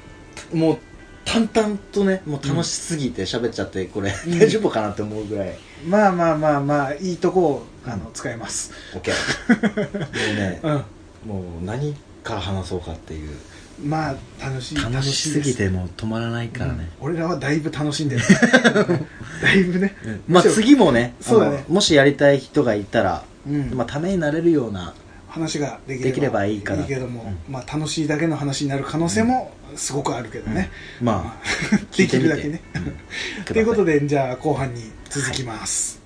Speaker 2: もう淡々とねもう楽しすぎて喋っちゃってこれ、
Speaker 1: うん
Speaker 2: 大丈夫かなって思うぐらい
Speaker 1: まあまあまあまあいいとこをあの、
Speaker 2: う
Speaker 1: 使います、
Speaker 2: OK もうね
Speaker 1: うん、
Speaker 2: もう何から話そうかっていう
Speaker 1: まあ楽しい
Speaker 2: 楽しす
Speaker 1: 楽
Speaker 2: ぎ
Speaker 1: いで
Speaker 2: てもう止まらないからね、
Speaker 1: うん俺らはだいぶ楽しんで るだいぶね、
Speaker 2: ま
Speaker 1: む
Speaker 2: あ
Speaker 1: しろ
Speaker 2: 次もね
Speaker 1: そうだね
Speaker 2: あのもしやりたい人がいたら、
Speaker 1: うん
Speaker 2: まあ、ためになれるような
Speaker 1: 話ができ
Speaker 2: できればいいかない
Speaker 1: けども、
Speaker 2: う
Speaker 1: まあ、楽しいだけの話になる可能性もすごくあるけどね、
Speaker 2: ま
Speaker 1: で
Speaker 2: あ 聞い
Speaker 1: き
Speaker 2: てみ
Speaker 1: る
Speaker 2: て
Speaker 1: だけね
Speaker 2: うん
Speaker 1: ということでじゃあ後半に続きます、